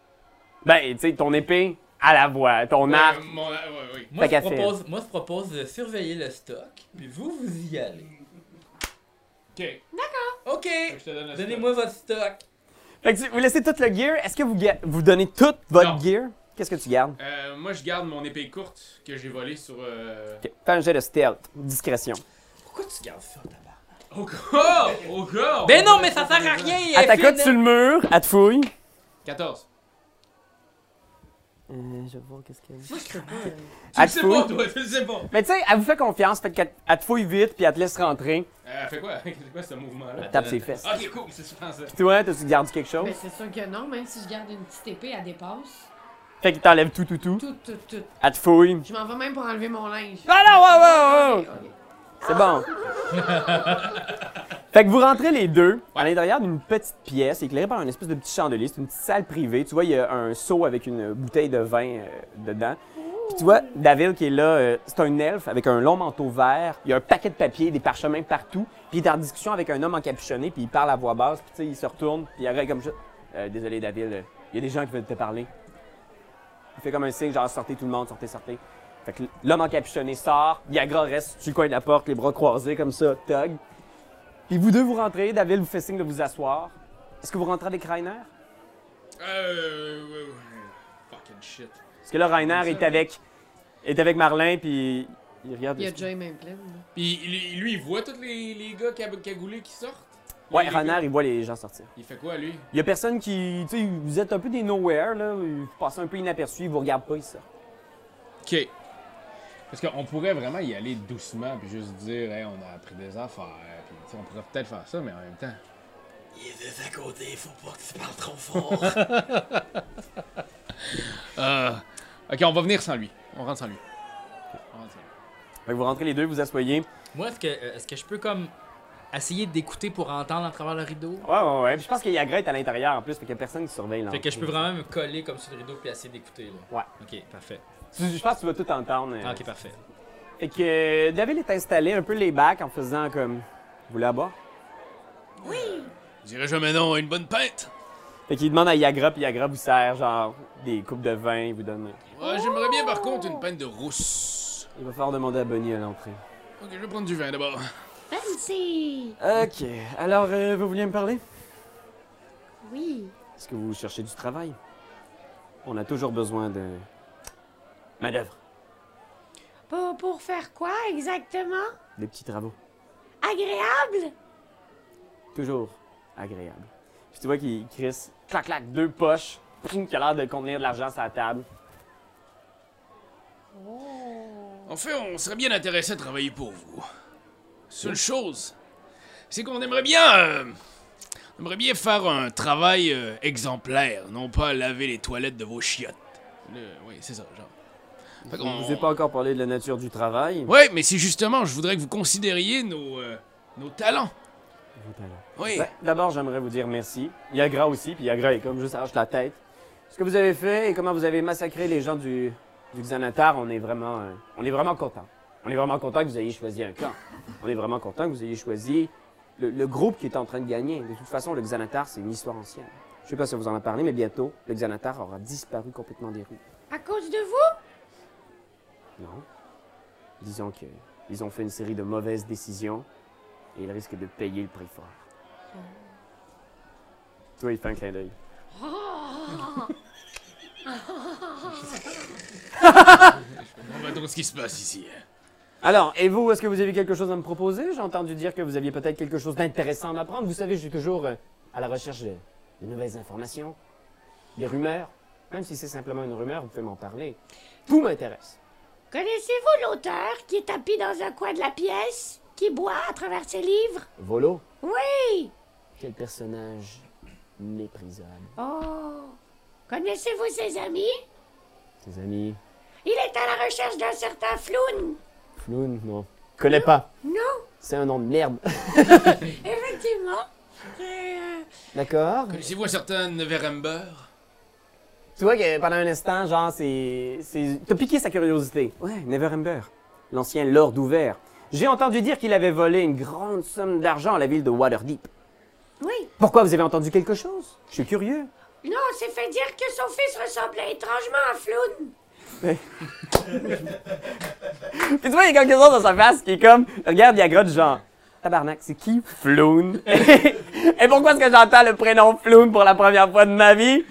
Speaker 1: Ben, tu sais, ton épée, à la voix, ton arc.
Speaker 4: Euh, mon- ouais, ouais.
Speaker 2: Moi, je
Speaker 1: qu'à faire.
Speaker 2: propose, moi, je propose de surveiller le stock. Puis vous, vous y allez.
Speaker 4: Ok.
Speaker 2: Ok.
Speaker 4: Je te donne le
Speaker 2: Donnez-moi votre stock.
Speaker 1: Fait que tu- vous laissez tout le gear. Est-ce que vous, ga- vous donnez tout votre
Speaker 4: Non.
Speaker 1: gear Qu'est-ce que tu gardes
Speaker 4: stock. Euh, moi, je garde mon épée courte que j'ai volée sur. euh,
Speaker 1: Ok, Fais un jet de stealth, discrétion.
Speaker 2: Pourquoi tu gardes ça, tabac?
Speaker 4: Au corps! Au corps!
Speaker 2: Ben non, mais ça sert à rien.
Speaker 1: Elle
Speaker 2: elle
Speaker 1: t'accote
Speaker 2: fait
Speaker 1: sur le mur, elle te fouille.
Speaker 4: 14.
Speaker 1: Euh, je vais voir qu'est-ce qu'il y a.
Speaker 4: Tu
Speaker 1: Elle
Speaker 4: le
Speaker 1: te
Speaker 4: sais
Speaker 1: fouille.
Speaker 4: pas, toi, tu le sais pas.
Speaker 1: Mais tu sais, elle vous fait confiance, fait qu'elle elle te fouille vite, puis elle te laisse rentrer.
Speaker 4: Euh, fais quoi? C'est quoi ce mouvement-là? Ah,
Speaker 1: Elle tape ses fesses.
Speaker 4: Euh, Ok, cool, c'est souvent ça.
Speaker 1: Toi, t'as-tu gardé quelque chose?
Speaker 9: Ben, c'est sûr que non, même si je garde une petite épée, elle dépasse.
Speaker 1: Fait qu'il t'enlève tout, tout, tout.
Speaker 9: Tout, tout, tout.
Speaker 1: Elle te fouille.
Speaker 10: Je m'en vais même pour enlever mon linge.
Speaker 1: Ah non, ouais, ouais, ouais, ouais.
Speaker 10: Ok.
Speaker 1: C'est bon. fait que vous rentrez les deux à
Speaker 4: Ouais.
Speaker 1: l'intérieur d'une petite pièce éclairée par une espèce de petit chandelier. C'est une petite salle privée. Tu vois, il y a un seau avec une bouteille de vin euh, dedans. Puis tu vois, David qui est là, euh, c'est un elfe avec un long manteau vert. Il y a un paquet de papiers, des parchemins partout. Puis il est en discussion avec un homme encapuchonné, puis il parle à voix basse. Puis tu sais, il se retourne, puis il arrête comme ça. Euh, désolé, David, euh, il y a des gens qui veulent te parler. Il fait comme un signe, genre sortez tout le monde, sortez, sortez. Fait que l'homme encapuchonné sort, Viagra reste sur le coin de la porte, les bras croisés comme ça, tog. Puis vous deux, vous rentrez, David vous fait signe de vous asseoir. Est-ce que vous rentrez avec Rainer?
Speaker 4: Euh. ouais, ouais. Fucking shit.
Speaker 1: Parce que là, Rainer est avec, est avec Marlin, puis il regarde.
Speaker 9: Il y a déjà les mêmes plaines.
Speaker 4: Puis lui, lui, il voit tous les, les gars cab- cagoulés qui sortent?
Speaker 1: Ouais,
Speaker 4: Les- les
Speaker 1: Rainer,
Speaker 4: gars-
Speaker 1: il voit les gens sortir.
Speaker 4: Il fait quoi, lui?
Speaker 1: Il y a personne qui. Tu sais, vous êtes un peu des nowhere, là. Vous passez un peu inaperçu, ils vous regardent pas, ils sortent.
Speaker 4: Ok. Parce qu'on pourrait vraiment y aller doucement, puis juste dire, hey, on a appris des affaires, puis tu sais, on pourrait peut-être faire ça, mais en même temps.
Speaker 2: Ah. Il est de à côté, faut pas que tu parles trop fort.
Speaker 4: Euh. Ok, on va venir sans lui. On rentre sans lui. On rentre sans lui.
Speaker 1: Fait que vous rentrez les deux, vous asseyez.
Speaker 2: Moi, est-ce que, euh, est-ce que je peux comme essayer d'écouter pour entendre à travers le rideau?
Speaker 1: Ouais, ouais, ouais. Puis je pense qu'il y a Grete à l'intérieur en plus, fait qu'il y a personne qui surveille
Speaker 2: Fait
Speaker 1: l'entrée.
Speaker 2: que je peux vraiment me coller comme sur le rideau puis essayer d'écouter là.
Speaker 1: Ouais.
Speaker 2: Ok, parfait. Ah,
Speaker 1: Tu- Je pense que tu vas tout entendre. euh,
Speaker 2: Ok, parfait.
Speaker 1: Fait que euh, David est installé un peu les bacs en faisant comme. Vous voulez à boire?
Speaker 4: Je dirais jamais non à une bonne pinte!
Speaker 1: Fait qu'il demande à Yagra, puis Yagra vous sert genre des coupes de vin, il vous donne.
Speaker 4: Ouais, j'aimerais bien par contre une pinte de rousse.
Speaker 1: Il va falloir demander à Bonnie à l'entrée.
Speaker 4: Ok, je vais prendre du vin d'abord.
Speaker 3: Fancy!
Speaker 1: Ok, alors euh, vous vouliez me parler?
Speaker 3: Oui.
Speaker 1: Est-ce que vous cherchez du travail? On a toujours besoin de. main-d'œuvre,
Speaker 3: Pour, pour faire quoi exactement?
Speaker 1: des petits travaux.
Speaker 3: Agréable?
Speaker 1: Toujours agréable. Puis tu vois qu'il crisse, clac, clac, deux poches, ping, qui a l'air de contenir de l'argent sur la table.
Speaker 4: En fait, on serait bien intéressé à travailler pour vous. Seule chose, c'est qu'on aimerait bien. euh, on aimerait bien faire un travail euh, exemplaire, non pas laver les toilettes de vos chiottes. Le- oui, c'est ça, genre. Fait
Speaker 1: On
Speaker 4: qu'on-
Speaker 1: vous ai pas encore parlé de la nature du travail.
Speaker 4: Ouais, mais c'est justement, je voudrais que vous considériez nos, euh, nos talents. Oui.
Speaker 1: Ben, D'abord, j'aimerais vous dire merci. Yagra aussi, puis Yagra est comme juste arrache la tête. Ce que vous avez fait et comment vous avez massacré les gens du, du Xanatar, on est vraiment, euh, on est vraiment content. On est vraiment content que vous ayez choisi un camp. On est vraiment content que vous ayez choisi le, le groupe qui est en train de gagner. De toute façon, le Xanatar, c'est une histoire ancienne. Je sais pas si on vous en a parlé, mais bientôt, le Xanatar aura disparu complètement des rues.
Speaker 3: À cause de vous?
Speaker 1: Non. Disons que ils ont fait une série de mauvaises décisions et ils risquent de payer le prix fort. Hmm. Toi, il fait un clin d'œil.
Speaker 4: On va donc ce qui se passe ici.
Speaker 1: Alors, et vous, est-ce que vous avez quelque chose à me proposer J'ai entendu dire que vous aviez peut-être quelque chose d'intéressant à m'apprendre. Vous savez, je suis toujours euh, à la recherche de, de nouvelles informations, des rumeurs. Même si c'est simplement une rumeur, vous pouvez m'en parler. Tout m'intéresse.
Speaker 3: Connaissez-vous l'auteur qui est tapis dans un coin de la pièce, qui boit à travers ses livres?
Speaker 1: Volo
Speaker 3: Oui!
Speaker 1: Quel personnage méprisable.
Speaker 3: Oh! Connaissez-vous ses amis?
Speaker 1: Ses amis
Speaker 3: Il est à la recherche d'un certain Floun.
Speaker 1: Floun Non. Connais pas.
Speaker 3: Non,
Speaker 1: C'est un nom de merde.
Speaker 3: effectivement. C'est, euh,
Speaker 1: D'accord
Speaker 4: Connaissez-vous un certain Neverember
Speaker 1: Tu vois que pendant un instant, genre, c'est. c'est- T'as piqué sa curiosité. Ouais, Neverember, l'ancien Lord ouvert. J'ai entendu dire qu'il avait volé une grande somme d'argent à la ville de Waterdeep.
Speaker 3: Oui.
Speaker 1: Pourquoi vous avez entendu quelque chose Je suis curieux.
Speaker 3: Non, on s'est fait dire que son fils ressemblait étrangement à Floun.
Speaker 1: Puis tu vois, il y a quelque chose dans sa face qui est comme. Regarde, il y a gros du genre. Tabarnak, c'est qui Floun Et pourquoi est-ce que j'entends le prénom Floun pour la première fois de ma vie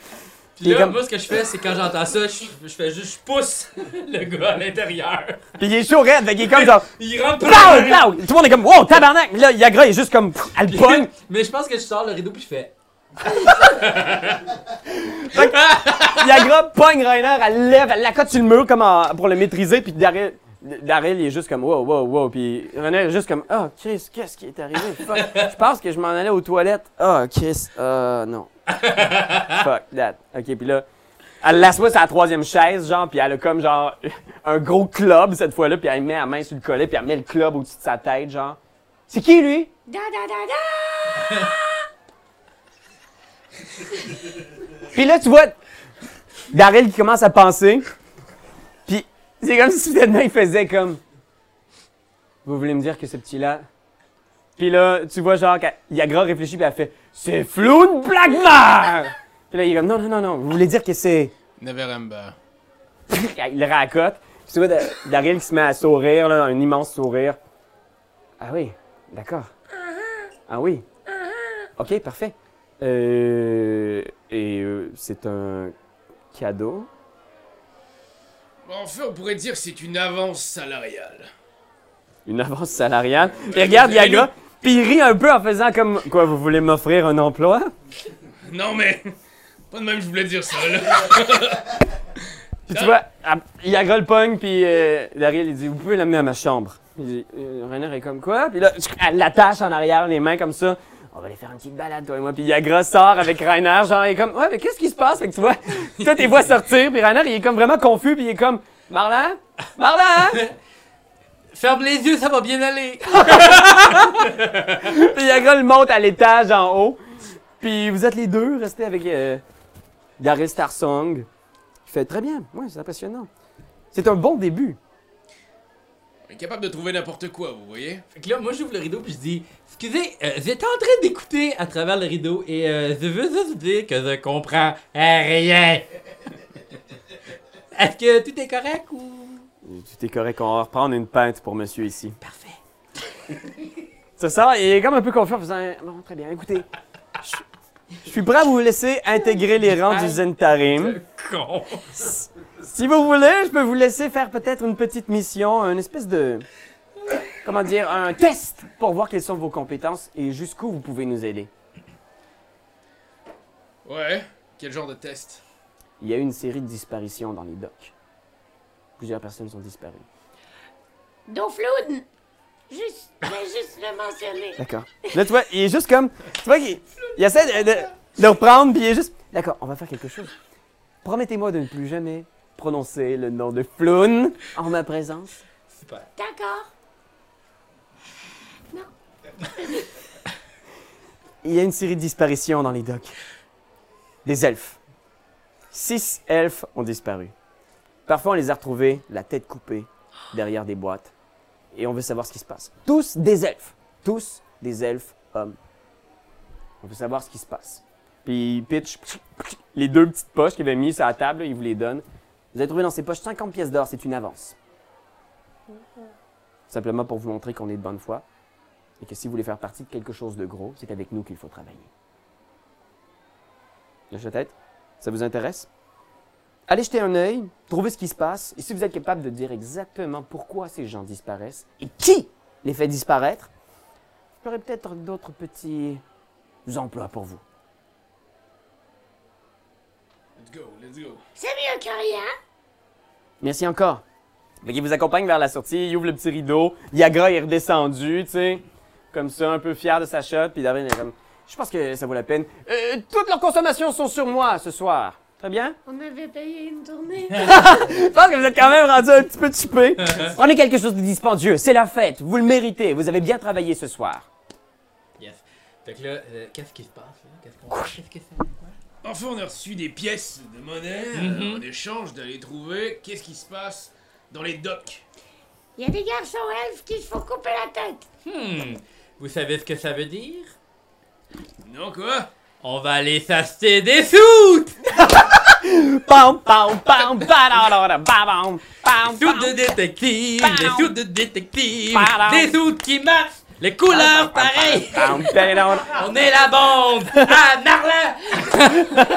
Speaker 2: Puis là,
Speaker 1: T'es comme-
Speaker 2: moi, ce que je fais, c'est quand j'entends ça, je, je fais juste, je pousse le gars à l'intérieur.
Speaker 1: Puis il est chaud, raide, fait qu'il est comme genre.
Speaker 2: Il rentre
Speaker 1: Pow! Pow! Tout le monde est comme, wow, tabarnak! Là, Yagra est juste comme, pff, elle pogne!
Speaker 2: Mais je pense que je sors le rideau puis je fais
Speaker 1: Yagra pogne Rainer, elle lève, elle l'accote sur le mur comme en- pour le maîtriser, puis Daryl, Daryl, il est juste comme wow, wow, wow, puis Rainer est juste comme ah, Chris, qu'est-ce qui est arrivé? Fuck, je pense que je m'en allais aux toilettes. Ah, Chris, euh, non. Fuck that. Ok, puis là, elle l'assoit sur la troisième chaise, genre, puis elle a comme genre un gros club cette fois-là, puis elle met la main sur le collet, puis elle met le club au-dessus de sa tête, genre. C'est qui lui?
Speaker 3: Da da da da!
Speaker 1: Puis là, tu vois Daryl qui commence à penser. Puis c'est comme si soudainement il faisait comme. Vous voulez me dire que ce petit-là. Puis là, tu vois, genre, quand Yagra réfléchit, puis elle fait C'est flou de Black Mare! Puis là, il est comme Non, non, non, non, vous voulez dire que c'est.
Speaker 4: Neverember.
Speaker 1: Ah, il le racote. Puis tu vois Da- Daryl qui se met à sourire, là, un immense sourire. Ah oui, d'accord. Ah oui. Ok, parfait. Euh, et euh, c'est un cadeau.
Speaker 4: Enfin, on pourrait dire que c'est une avance salariale.
Speaker 1: Une avance salariale. Et regarde Yaga, puis il rit un peu en faisant comme quoi vous voulez m'offrir un emploi
Speaker 4: Non, mais. Pas de même, je voulais dire ça, là.
Speaker 1: Puis tu vois, elle- Yaga le pogne puis euh, Daryl il dit vous pouvez l'amener à ma chambre. Il dit Euh, Rainer est comme quoi Puis là elle l'attache en arrière les mains comme ça. On va aller faire une petite balade toi et moi. Puis Yagra sort avec Rainer genre il est comme ouais mais qu'est-ce qui se passe Fait que tu vois, toi tes voix sortir puis Rainer il est comme vraiment confus puis il est comme Marlin Marlin
Speaker 2: Ferme les yeux, ça va bien aller.
Speaker 1: Puis Yagra le monte à l'étage en haut. Puis vous êtes les deux restés avec euh, Daryl Starsong. Il fait très bien. Ouais, c'est impressionnant. C'est un bon début.
Speaker 4: On est capable de trouver n'importe quoi, vous voyez?
Speaker 2: Fait que là, moi, j'ouvre le rideau puis je dis Excusez, euh, j'étais en train d'écouter à travers le rideau et euh, je veux juste vous dire que je comprends rien. Est-ce que tout est correct ou.
Speaker 1: Tu es correct, on va reprendre une pinte pour monsieur ici.
Speaker 2: Parfait.
Speaker 1: Ça sort, il est comme un peu confiant en faisant Bon, très bien, écoutez. je- Je suis prêt à vous laisser intégrer les rangs du Zentarim.
Speaker 2: Con.
Speaker 1: Si vous voulez, je peux vous laisser faire peut-être une petite mission, une espèce de. Comment dire, un test pour voir quelles sont vos compétences et jusqu'où vous pouvez nous aider.
Speaker 4: Ouais. Quel genre de test?
Speaker 1: Il y a eu une série de disparitions dans les docks. Plusieurs personnes sont disparues.
Speaker 3: Dos flouden! Juste, je vais juste le mentionner.
Speaker 1: D'accord. Là, tu vois, il est juste comme. Tu vois qu'il il essaie de, de- de reprendre, puis il est juste. D'accord, on va faire quelque chose. Promettez-moi de ne plus jamais prononcer le nom de Floun en ma présence.
Speaker 3: D'accord.
Speaker 1: Il y a une série de disparitions dans les docks. Des elfes. Six elfes ont disparu. Parfois, on les a retrouvés la tête coupée derrière des boîtes. Et on veut savoir ce qui se passe. Tous des elfes. Tous des elfes hommes. On veut savoir ce qui se passe. Puis il pitch les deux petites poches qu'il avait mises sur la table, là, il vous les donne. Vous avez trouvé dans ces poches 50 pièces d'or, c'est une avance. Simplement pour vous montrer qu'on est de bonne foi et que si vous voulez faire partie de quelque chose de gros, c'est avec nous qu'il faut travailler. Lâche la tête, ça vous intéresse? Allez jeter un œil, trouvez ce qui se passe, et si vous êtes capable de dire exactement pourquoi ces gens disparaissent et qui les fait disparaître, j'aurai peut-être d'autres petits emplois pour vous.
Speaker 4: Let's go, let's go.
Speaker 3: C'est mieux que rien.
Speaker 1: Merci encore. Fait qu'il vous accompagne vers la sortie, il ouvre le petit rideau, Yagra est redescendu, tu sais, comme ça, un peu fier de sa shot, puis Darin est comme, je pense que ça vaut la peine. Euh, toutes leurs consommations sont sur moi ce soir. Très bien.
Speaker 11: On avait payé une tournée.
Speaker 1: Je pense que vous êtes quand même rendu un petit peu chipé. Prenez quelque chose de dispendieux, c'est la fête, vous le méritez, vous avez bien travaillé ce soir.
Speaker 2: Yes. Fait que là, euh, qu'est-ce qui se passe là? Qu'est-ce qu'on. Qu'est-ce que c'est? Quoi?
Speaker 4: Enfin, on a reçu des pièces de monnaie euh, en échange de les trouver. Qu'est-ce qui se passe dans les docks?
Speaker 3: Il y a des garçons elfes qui se font couper la tête.
Speaker 2: Hmm. Vous savez ce que ça veut dire?
Speaker 4: Non, quoi?
Speaker 2: On va aller s'acheter des soutes!
Speaker 1: Pam, pam, pam, ba-da-da-da, ba-bam, pam, pam.
Speaker 2: Soutes de détective! Des soutes de détective!
Speaker 1: Pardon.
Speaker 2: Des soutes qui marchent! Les couleurs pareilles!
Speaker 1: Pam, ba-da-da-da.
Speaker 2: On est la bande! Ah,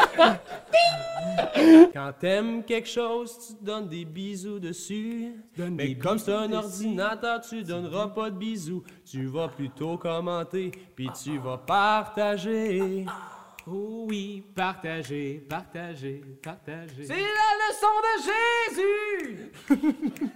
Speaker 2: Marlin!
Speaker 12: Quand t'aimes quelque chose, tu donnes des bisous dessus. Mais comme c'est un ordinateur, tu donneras pas de bisous. Tu vas plutôt commenter, puis tu vas partager. Ah. Oh oui, partagez, partagez, partagez.
Speaker 2: C'est la leçon de Jésus!